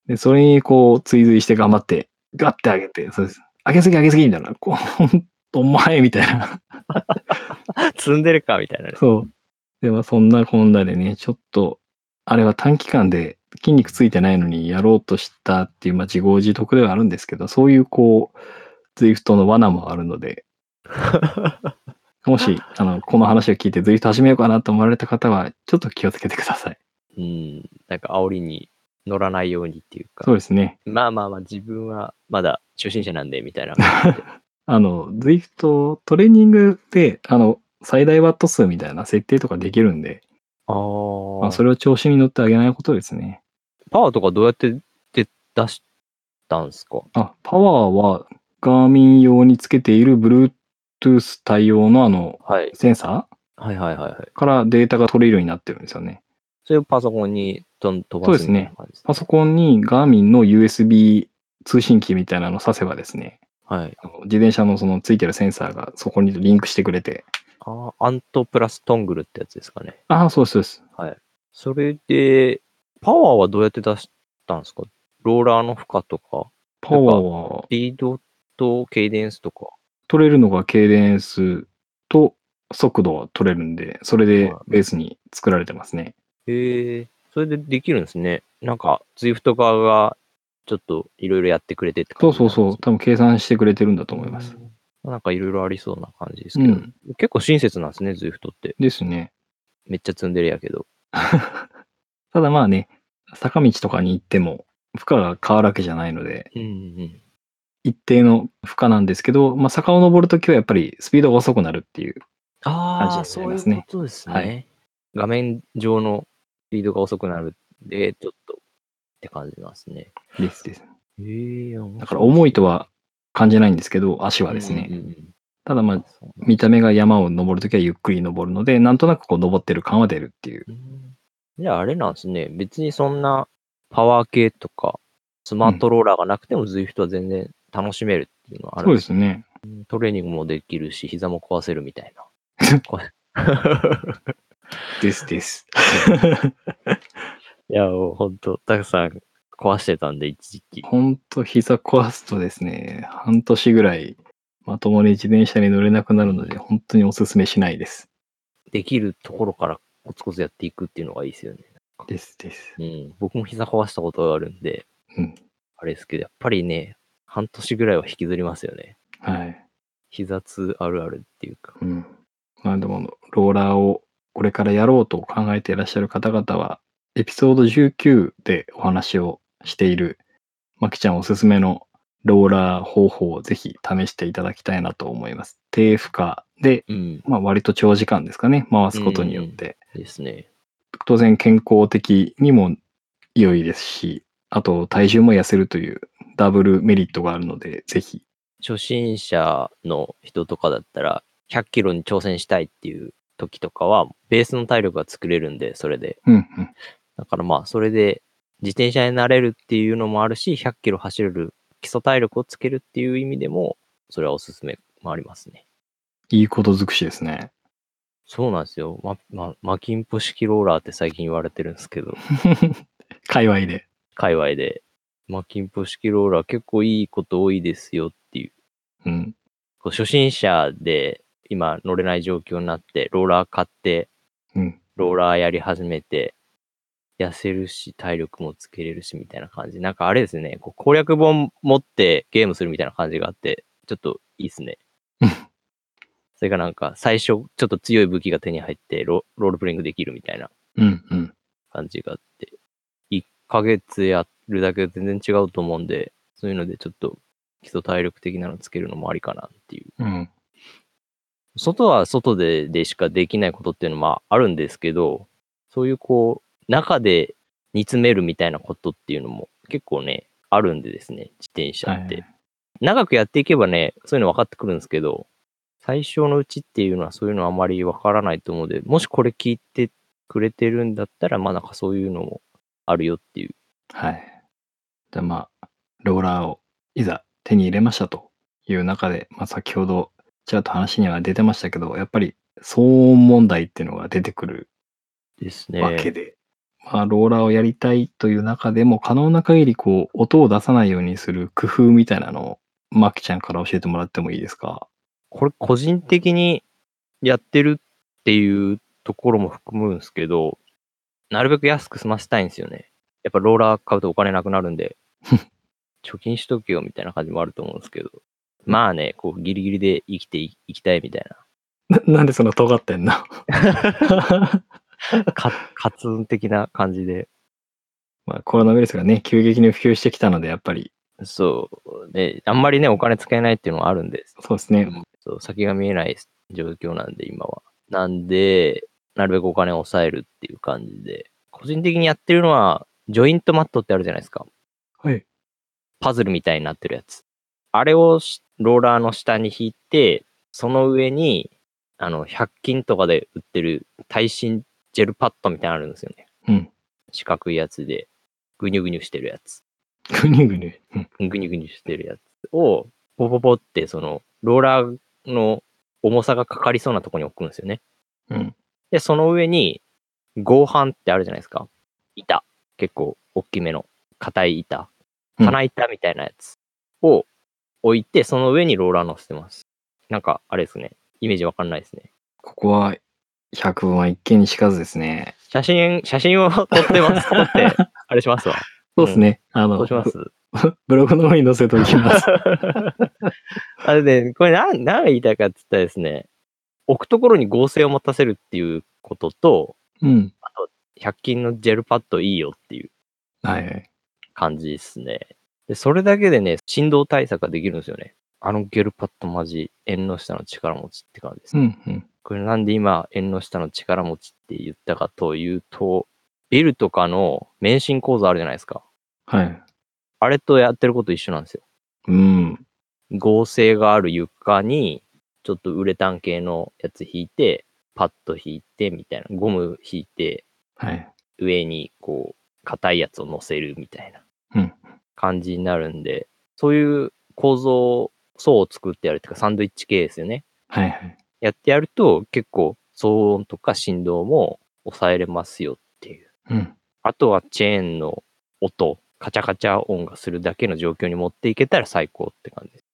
で、それにこう、追随して頑張って、ガッて上げて、そうです。上げすぎ上げすぎみたいな、こう、 ほんと、お前みたいな。
積んでるかみたいなね。
そう。では、そんなこんなでね、ちょっと、あれは短期間で筋肉ついてないのにやろうとしたっていう、まあ、自業自得ではあるんですけど、そういうこう、ズイフトの罠もあるので、もし、あの、この話を聞いて ZWIFT 始めようかなと思われた方は、ちょっと気をつけてください。
うん、なんか煽りに乗らないようにっていうか、
そうですね。
まあまあまあ自分はまだ初心者なんでみたい な感じで。
あの、ZWIFT トレーニングで、あの、最大ワット数みたいな設定とかできるんで、
あ
ま
ー
あ、それを調子に乗ってあげないことですね。
パワーとかどうやってで出したんすか
あ、パワーは、ガーミン用につけている Bluetooth 対応のあの、
はい。
センサ
はいはいはいはい。
ーからデータが取れるようになってるんですよね。
それをパソコンにどん飛ばすみたいな感じですね
パソコンにガーミンの USB 通信機みたいなのを挿せばですね、
はい。
あの自転車のそのついてるセンサーがそこにリンクしてくれて、
あーアントプラストングルってやつですかね。
ああ、そうです、そうです。
それで、パワーはどうやって出したんですかローラーの負荷とか、
パワーは
スピードとケイデンスとか。
取れるのが経電数と速度は取れるんで、それでベースに作られてますね。
へえ、それでできるんですね。なんか、Zwift 側がちょっといろいろやってくれてって
そ
感
う
じな
そ
ん
う
ですね
そう、多分計算してくれてるんだと思います。。
なんかいろいろありそうな感じです
う
けど、
ん。
結構親切なんですね、Zwift って。
ですね。
めっちゃツンデレやけど。
ただまあね、坂道とかに行っても負荷が変わるわけじゃないので、
うんうん。
一定の負荷なんですけど、まあ、坂を登るときはやっぱりスピードが遅くなるっていう。
あ
感
あ、
じに
そ
な
う
り
い
ま
う
すね
ことですね。
はい
画面上のスピードが遅くなるんで、ちょっとって感じなんですね。
ですです。
へえ、
だから重い
は
とは感じないんですけど、足はですね。ただまあ、
そう
見た目が山を登るときはゆっくり登るので、なんとなくこう登ってる感は出るっていう。
うんじゃああれなんですね。別にそんなパワー系とか、スマートローラーがなくても Zwift は全然楽しめるっていうのはある、
そうですね。
トレーニングもできるし、膝も壊せるみたいな。これ
ですです。
いや、もうほんと、たくさん壊してたんで、一時期。
ほんと膝壊すとですね、半年ぐらいまともに自転車に乗れなくなるので、本当におすすめしないです。
できるところからコツコツやっていくっていうのがいいですよね。
ですです。
うん、僕も膝壊したことがあるんで、
うん
あれですけど、やっぱりね、半年ぐらいは引きずりますよね。
はい。
膝痛あるあるっていうか。
うん。まあでも、ローラーをこれからやろうと考えていらっしゃる方々は、エピソード19でお話をしている、まきちゃんおすすめのローラー方法をぜひ試していただきたいなと思います。低負荷で、
うん、
まあ割と長時間ですかね、回すことによって。
ですね。
当然健康的にも良いですし、あと体重も痩せるというダブルメリットがあるので、ぜひ。
初心者の人とかだったら、100キロに挑戦したいっていう時とかは、ベースの体力が作れるんで、それで。
うんうん。
だからまあ、それで自転車になれるっていうのもあるし、100キロ走れる基礎体力をつけるっていう意味でも、それはおすすめもありますね。
いいこと尽くしですね。
そうなんですよ。ま、ま、マキンポ式ローラーって最近言われてるんですけ ど、
界隈で。
界隈で。マキンポ式ローラー結構いいこと多いですよっていう。
うん。
こう初心者で今乗れない状況になって、ローラー買って、
うん
ローラーやり始めて、痩せるし、体力もつけれるし、みたいな感じ。なんかあれですね、こう攻略本持ってゲームするみたいな感じがあって、ちょっといいですね
うん。
それかなんか、最初、ちょっと強い武器が手に入ってロ、ロールプレイングできるみたいな
うんうん。
感じがあって、1ヶ月やるだけで全然違うと思うんで、そういうのでちょっと基礎体力的なのつけるのもありかなっていう。
うん。
外は外ででしかできないことっていうのもあるんですけど、そういうこう、中で煮詰めるみたいなことっていうのも結構ね、あるんでですね、自転車って。
はい
長くやっていけばね、そういうの分かってくるんですけど、最初のうちっていうのはそういうのあまり分からないと思うので、もしこれ聞いてくれてるんだったら、まあなんかそういうのもあるよっていう。
はい。じゃあまあ、ローラーをいざ手に入れましたという中で、まあ先ほどちらっと話には出てましたけど、やっぱり騒音問題っていうのが出てくる
ですね。
わけで、まあローラーをやりたいという中でも可能な限りこう音を出さないようにする工夫みたいなのをマキちゃんから教えてもらってもいいですか
これ個人的にやってるっていうところも含むんですけど、なるべく安く済ませたいんですよね。やっぱローラー買うとお金なくなるんで、貯金しとけよみたいな感じもあると思うんですけど、まあね、こうギリギリで生きてい生きたいみたいな
な なんでそんな尖ってん の
か カツン的な感じで。
まあコロナウイルスがね、急激に普及してきたので、やっぱり、
そう。で、あんまりね、お金使えないっていうのはあるんです。
そうですね。
そう先が見えない状況なんで、今は。なんで、なるべくお金を抑えるっていう感じで。個人的にやってるのは、ジョイントマットってあるじゃないですか。
はい。
パズルみたいになってるやつ。あれをしローラーの下に引いて、その上に、あの、100均とかで売ってる耐震ジェルパッドみたいなのあるんですよね。
うん。
四角いやつで、ぐにゅぐにゅしてるやつ。
ぐにゅぐにゅ。うん
ぐにゅぐにゅしてるやつを、ポポポって、その、ローラーの重さがかかりそうなとこに置くんですよね。
うん。
で、その上に、合板ってあるじゃないですか。板。結構、大きめの、硬い板。
うん
金板みたいなやつを置いて、その上にローラー乗せてます。なんか、あれですね。イメージわかんないですね。
ここは、百分は一見にしかずですね。
写真、写真を撮ってます。撮 って、あれしますわ。
そうですね。あ
ど
の
うします
ブ、ブログの方に載せておき ます。
あれね、これ何、何が言いたいかって言ったらですね、置くところに合成を持たせるっていうことと、
うん。
100均のジェルパッドいいよっていう
はいはい。
感じですね。で、それだけでね、振動対策ができるんですよね。あのジェルパッドマジ縁の下の力持ちって感じです。
うんうん。
これなんで今縁の下の力持ちって言ったかというと、ビルとかの免震構造あるじゃないですか。
はい。
あれとやってること一緒なんですよ。
うん。
合成がある床に、ちょっとウレタン系のやつ引いて、パッと引いてみたいな、ゴム引いて、
はい。
上にこう、硬いやつを乗せるみたいな
うん。
感じになるんで、そういう構造、層を作ってやるっていうか、サンドイッチ系ですよね。
はいはい。
やってやると、結構騒音とか振動も抑えれますよっていう。
うん。
あとはチェーンの音、カチャカチャ音がするだけの状況に持っていけたら最高って感じです。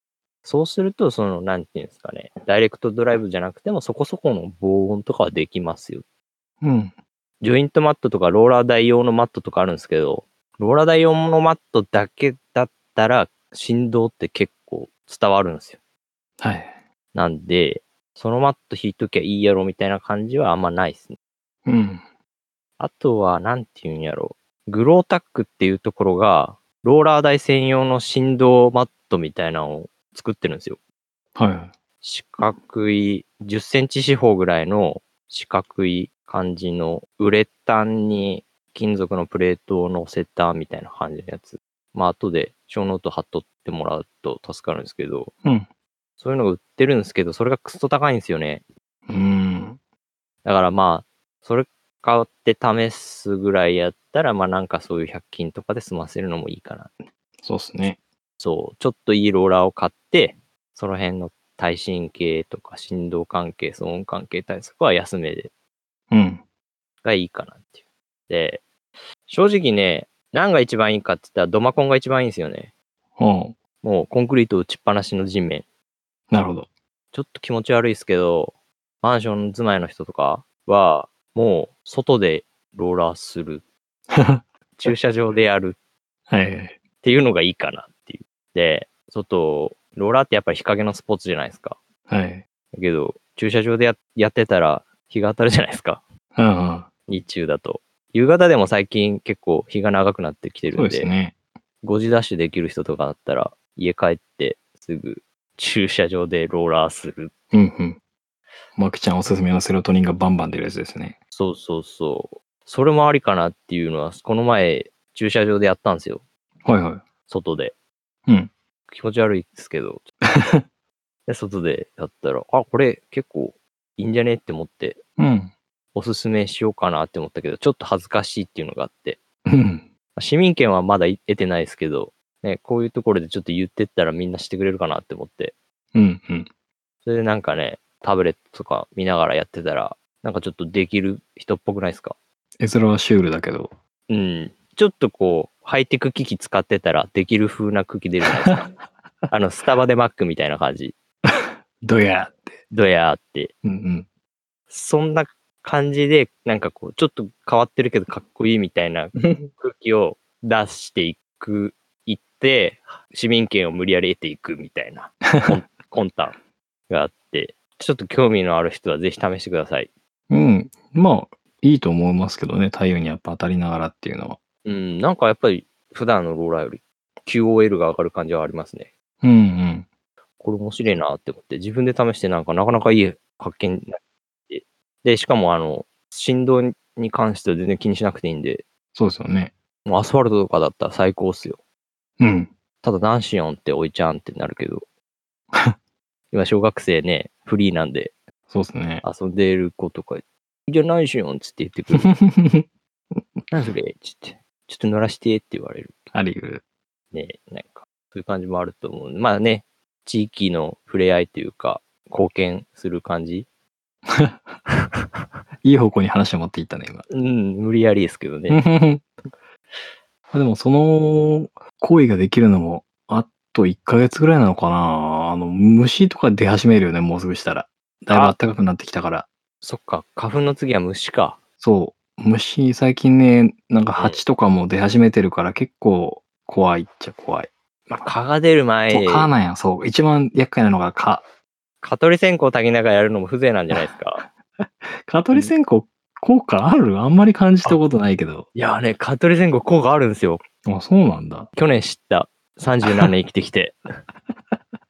そうすると、その、なんていうんですかね、ダイレクトドライブじゃなくてもそこそこの防音とかはできますよ。
うん。
ジョイントマットとかローラー台用のマットとかあるんですけど、ローラー台用のマットだけだったら振動って結構伝わるんですよ。
はい。
なんで、そのマット引いときゃいいやろみたいな感じはあんまないですね。
うん。
あとは、なんていうんやろグロータックっていうところが、ローラー台専用の振動マットみたいなのを作ってるんですよ。
はいはい。
四角い、10センチ四方ぐらいの四角い感じのウレタンに金属のプレートを乗せたみたいな感じのやつ。まあ、後で小ノート貼っとってもらうと助かるんですけど、
うん
そういうのが売ってるんですけど、それがクソ高いんですよね。
うん。
だからまあ、それ買って試すぐらいやったら、まあなんかそういう100均とかで済ませるのもいいかな。
そうですね。
そう、ちょっといいローラーを買って、その辺の耐震系とか振動関係、騒音関係対策は安めで
うん。
がいいかなっていう。で、正直ね、何が一番いいかって言ったらドマコンが一番いいんですよね。
おう
もうコンクリート打ちっぱなしの地面。
なるほど。
ちょっと気持ち悪いですけど、マンション住まいの人とかは、もう外でローラーする
は
駐車場でやる
いはい。
っていうのがいいかなっていう。で、外、ローラーってやっぱり日陰のスポーツじゃないですか。
はい。
だけど、駐車場でややってたら日が当たるじゃないですか。
うんうん。
日中だと。夕方でも最近結構日が長くなってきてる
そうんです
で、
ね。
5時ダッシュできる人とかだったら、家帰ってすぐ駐車場でローラーする。
うんうん。マキちゃんおすすめのセロトニンがバンバン出るやつですね。
そうそうそう。それもありかなっていうのは、この前駐車場でやったんですよ。
はいは
外で。
い。うん。
気持ち悪いですけど。で、外でやったら、あ、これ結構いいんじゃねって思って、
うん。
おすすめしようかなって思ったけど、ちょっと恥ずかしいっていうのがあって、
うん。
まあ市民権はまだい得てないですけど、ね、こういうところでちょっと言ってったらみんなしてくれるかなって思って、
うんうん。
それでなんかね、タブレットとか見ながらやってたら、なんかちょっとできる人っぽくないですか
絵面はシュールだけど。
うん。ちょっとこう、ハイテク機器使ってたらできる風な空気出るじゃないですか。あの、スタバでマックみたいな感じ。
ドヤーって。
ドヤーって。
うん
そんな感じで、なんかこう、ちょっと変わってるけどかっこいいみたいな
うん。
空気を出していく、いって、市民権を無理やり得ていくみたいな、コン魂胆があって、ちょっと興味のある人はぜひ試してください。
うん。まあ、いいと思いますけどね。太陽にやっぱ当たりながらっていうのは。
うん、なんかやっぱり普段のローラーより QOL が上がる感じはありますね。
うんうん。
これ面白いなって思って、自分で試してなんかなかなかいい発見になって。で、しかもあの、振動に関しては全然気にしなくていいんで、
そうですよね。
もうアスファルトとかだったら最高っすよ。
うん。
ただナンシオンって置いちゃんってなるけ ど。今小学生ね、フリーなんで
そうですね。
遊んでる子とか、じゃあナンシオンっつって言ってくる。 何それつって。ちょっと乗らしてって言われる。
あり得る。
ね、なんか、そういう感じもあると思う。まあね、地域の触れ合いというか、貢献する感じ。
いい方向に話を持っていったね、今。
うん、無理やりですけどね。
でもその行為ができるのもあと1ヶ月ぐらいなのかなあの虫とか出始めるよねもうすぐしたらだいぶ暖かくなってきたから
そっか、花粉の次は虫か。
そう虫最近ねなんか蜂とかも出始めてるから結構怖いっちゃ怖い、
まあ、蚊が出る前
そう、蚊なんやそう一番厄介なのが蚊
蚊取り線香炊きながらやるのも風情なんじゃないですか。
蚊取り線香効果あるあんまり感じたことないけど
いやーね、蚊取り線香効果あるんですよ。
あそうなんだ
去年知った。30何年生きて きて。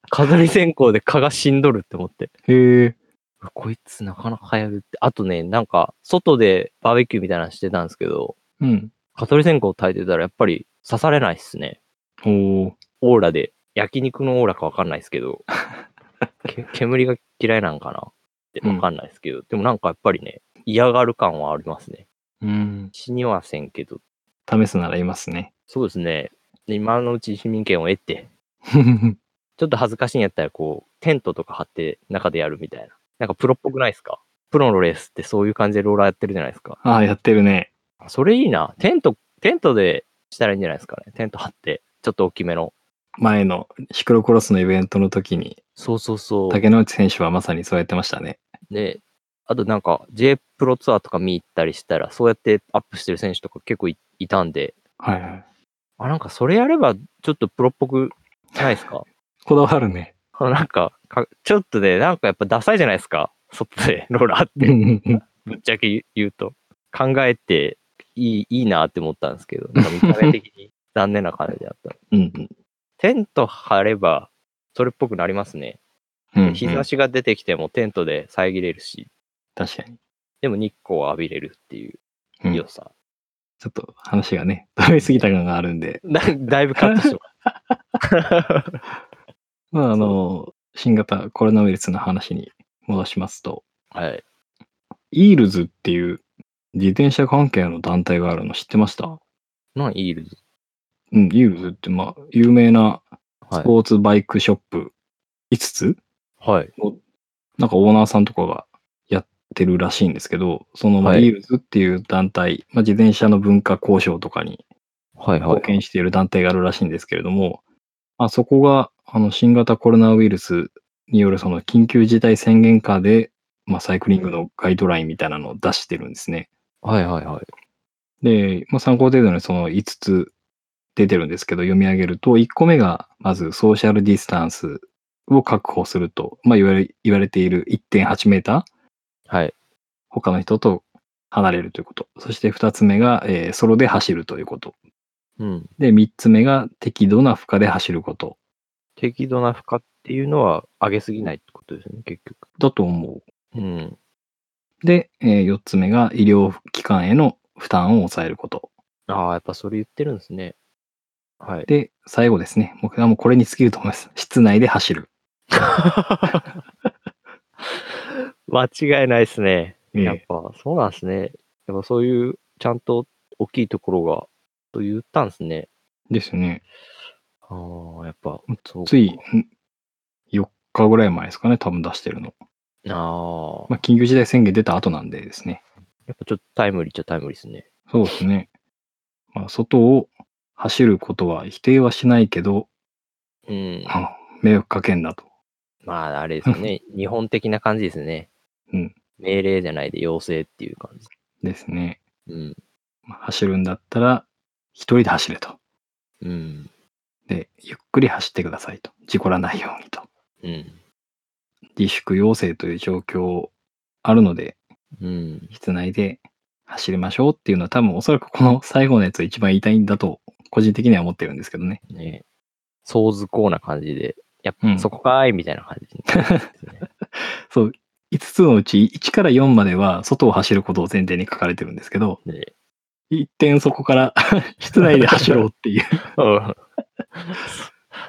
蚊取り線香で蚊が死んどるって思って。
へえ
うわこいつなかなかやるって。あとね、なんか、外でバーベキューみたいなのしてたんですけど、
うん
蚊取り線香炊いてたらやっぱり刺されないっすね。
おー
オーラで。焼肉のオーラかわかんないです けど。け煙が嫌いなんかなって
うん
わかんないですけど、でもなんかやっぱりね、嫌がる感はありますね。
うん
死にはせんけど。
試すならいますね
そうですね。で今のうち市民権を得て、ちょっと恥ずかしいんやったらこう、テントとか張って中でやるみたいな。なんかプロっぽくないですかプロのレースってそういう感じでローラーやってるじゃないですか。
ああ、やってるね。
それいいな。テント、テントでしたらいいんじゃないですかね。テント張って、ちょっと大きめの。
前のシクロクロスのイベントの時に、
そうそうそう。
竹之内選手はまさにそうやってましたね。
で、あとなんか J プロツアーとか見に行ったりしたら、そうやってアップしてる選手とか結構いいたんで、
はいはい。
あ、なんかそれやればちょっとプロっぽくないですか
こだわるね。
あなんかか、ちょっとね、なんかやっぱダサいじゃないですか。外でローラーっ
う
て、
んうん
ぶっちゃけ言うと。考えていい、いいなって思ったんですけど、なんか見た目 的に残念な感じだった。
うん。
テント張れば、それっぽくなりますね。
うんうん。
日差しが出てきてもテントで遮れるし、
確かに。
でも日光を浴びれるっていう
うん
良さ。
ちょっと話がね、飛びすぎた感があるんで、
だだいぶカットして ます。
まああの、新型コロナウイルスの話に戻しますと、
はい。
イールズっていう自転車関係の団体があるの知ってました
なんイールズ。
うん、イールズってまあ、有名な
は
ス
い。
ポーツバイクショップ5つ
はい。
なんかオーナーさんとかがやってるらしいんですけど、そのまあ
はい
イールズっていう団体、まあ、自転車の文化交渉とかに
はいは
貢
い。
献している団体があるらしいんですけれども、まあ、そこがあの新型コロナウイルスによるその緊急事態宣言下で、まあ、サイクリングのガイドラインみたいなのを出してるんですね。
はいはいはい。
で、まあ、参考程度にその5つ出てるんですけど、読み上げると、1個目がまずソーシャルディスタンスを確保すると、まあ、言われ言われている1.8メーター
はい。
他の人と離れるということ。そして二つ目が、えーソロで走るということ。
うん。
で、三つ目が適度な負荷で走ること
適度な負荷っていうのは上げすぎないってことですね、結局。
だと思
うん。
う。で、えー四つ目が医療機関への負担を抑えること。
ああ、やっぱそれ言ってるんですね。はい。
で、最後ですね。僕はもうこれに尽きると思います。室内で走る。
間違いないですね。
ええ
やっぱそうなんですね。やっぱそういうちゃんと大きいところが、と言ったんですね。
ですよね。
ああ、やっぱそうか
つい、ん4日ぐらい前ですかね。多分出してるの。
ああ
ま。あ、緊急事態宣言出た後なんでですね。
やっぱちょっとタイムリーっちゃタイムリーですね。
そうですね。まあ、外を走ることは否定はしないけど、
うん。
あ迷惑かけんなと。
まあ、あれですよね。日本的な感じですね。
うん。
命令じゃないで要請っていう感じ。
ですね。
うん。
まあ走るんだったら、一人で走れと。
うん。
で、ゆっくり走ってくださいと。事故らないようにと。
うん。
自粛要請という状況あるので、
うん。
室内で走りましょうっていうのは多分おそらくこの最後のやつを一番言いたいんだと個人的には思ってるんですけどね。
ね。相図こうな感じで、やっぱ、
うん
そこかーいみたいな感じになるんですね
そう、5つのうち1から4までは外を走ることを前提に書かれてるんですけど、
ね
一点そこから 室内で走ろうって いう
うん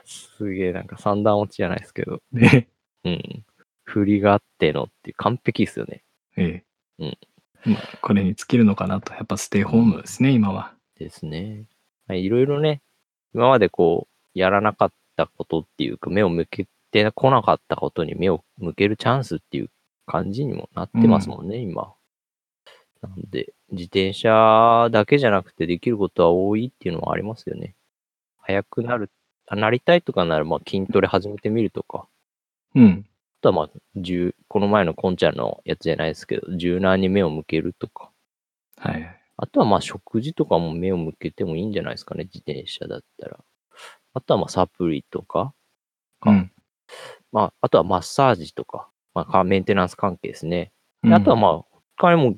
すすげえ、なんか三段落ちじゃないですけど、
ね。
うん。振りがあってのって完璧ですよね。
え
う
え
ん。
まあ、これに尽きるのかなと。やっぱステイホームですね、今は。
ですね。はいいろいろね、今までこう、やらなかったことっていうか、目を向けてこなかったことに目を向けるチャンスっていう感じにもなってますもんね、今。なんで、自転車だけじゃなくてできることは多いっていうのはありますよね。速くなる、あなりたいとかなら、まあ筋トレ始めてみるとか、
うん。
あとはまあ、柔この前のこんちゃんのやつじゃないですけど、柔軟に目を向けるとか。
はい。
あとはまあ食事とかも目を向けてもいいんじゃないですかね、自転車だったら。あとはまあサプリとか、
うん。
まあ、あとはマッサージとか、まあか、メンテナンス関係ですね。であとはまあ、他にも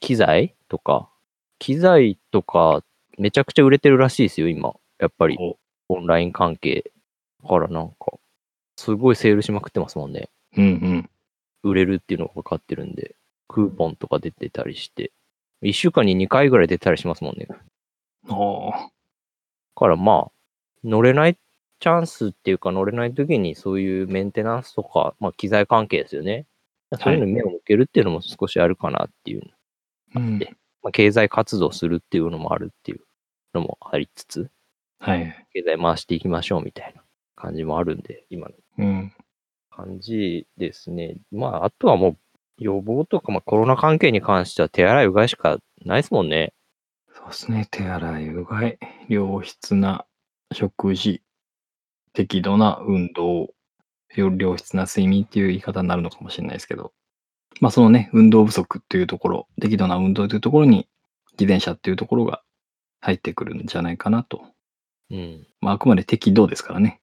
機材とか、機材とか、めちゃくちゃ売れてるらしいですよ、今。やっぱり、
お
オンライン関係。だからなんか、すごいセールしまくってますもんね。
うんうん。
売れるっていうのが分かってるんで、クーポンとか出てたりして、1週間に2回ぐらい出たりしますもんね。
おー
からまあ、乗れないチャンスっていうか、乗れない時にそういうメンテナンスとか、まあ、機材関係ですよね。そういうのに目を向けるっていうのも少しあるかなっていう。
うん。
まあ、経済活動するっていうのもあるっていうのもありつつ、
はい。
経済回していきましょうみたいな感じもあるんで、今の
うん。
感じですね。まあ、あとはもう、予防とか、まあ、コロナ関係に関しては手洗いうがいしかないですもんね。
そうですね。手洗い、うがい、良質な食事、適度な運動、よ良質な睡眠っていう言い方になるのかもしれないですけど、まあそのね、運動不足っていうところ、適度な運動というところに、自転車っていうところが入ってくるんじゃないかなと。
うん。
まああくまで適度ですからね。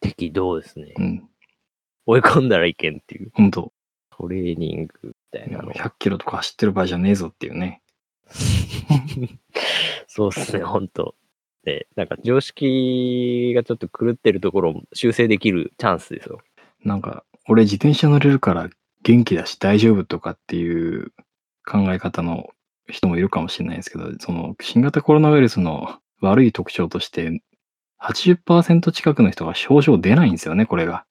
適度ですね
う。ん。
追い込んだらいけんっていう。
本当
トレーニングみたいなの。
100キロとか走ってる場合じゃねえぞっていうね。
そうっす ね、ほんと。で、なんか常識がちょっと狂ってるところを修正できるチャンスですよ。
なんか、俺自転車乗れるから元気だし大丈夫とかっていう考え方の人もいるかもしれないですけど、その新型コロナウイルスの悪い特徴として、80%近くの人が症状出ないんですよね、これが。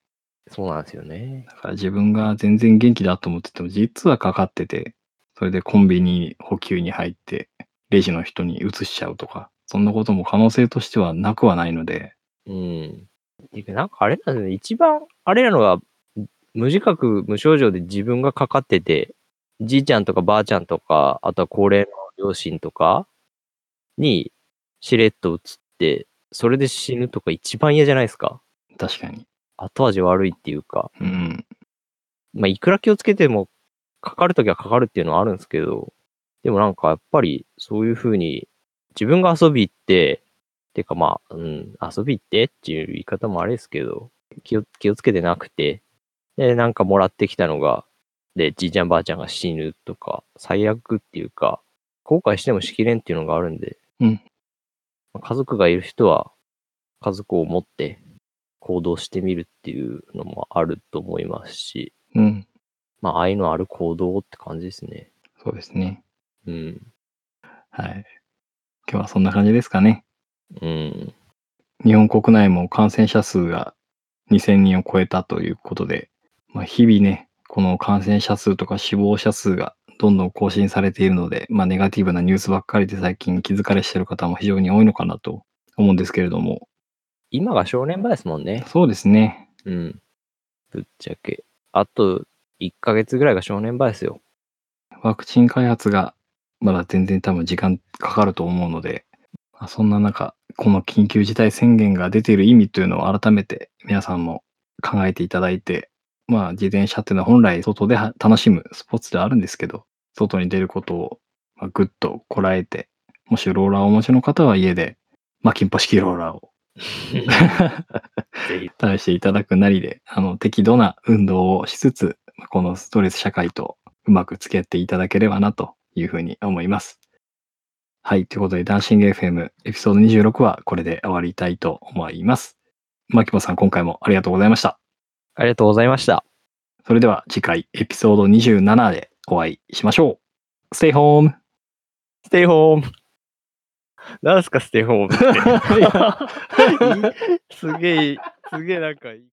そうなんですよね。
だから自分が全然元気だと思ってても、実はかかってて、それでコンビニ補給に入って、レジの人に移しちゃうとか、そんなことも可能性としてはなくはないので、
うん。てかなんかあれなんですよね、一番、あれなのが、無自覚、無症状で自分がかかってて、じいちゃんとかばあちゃんとか、あとは高齢の両親とかにしれっと移って、それで死ぬとか一番嫌じゃないですか。
確かに。
後味悪いっていうか。
うん。
まあ、いくら気をつけても、かかるときはかかるっていうのはあるんですけど、でもなんかやっぱりそういうふうに、自分が遊び行って、てかまあ、うん、遊び行ってっていう言い方もあれですけど、気を気をつけてなくて、で、なんかもらってきたのが、で、じいちゃんばあちゃんが死ぬとか、最悪っていうか、後悔してもしきれんっていうのがあるんで、
うん
まあ家族がいる人は、家族を持って行動してみるっていうのもあると思いますし、
うん。
まあ、愛のある行動って感じですね。
そうですね。
うん。
はい。今日はそんな感じですかね。
うん。
日本国内も感染者数が2000人を超えたということで、まあ、日々ね、この感染者数とか死亡者数がどんどん更新されているので、まあ、ネガティブなニュースばっかりで最近気づかれしてる方も非常に多いのかなと思うんですけれども、
今が正念場ですもんね。
そうですね。
うん。ぶっちゃけ。あと、1ヶ月ぐらいが正念場ですよ。
ワクチン開発がまだ全然多分時間かかると思うので、まあそんな中、この緊急事態宣言が出ている意味というのを改めて皆さんも考えていただいて、まあ自転車っていうのは本来外では楽しむスポーツではあるんですけど、外に出ることをまあぐっとこらえて、もしローラーをお持ちの方は家で、まあ、金歩式ローラーを
ぜひ。
試していただくなりで、あの、適度な運動をしつつ、このストレス社会とうまく付き合っていただければなというふうに思います。はい。ということで、ダンシング FM エピソード26はこれで終わりたいと思います。牧野さん、今回もありがとうございました。
ありがとうございました。
それでは次回エピソード27でお会いしましょう。Stay home!
ステイホーム。 何すか、ステイホームっていや。すげえ、すげえなんかいい。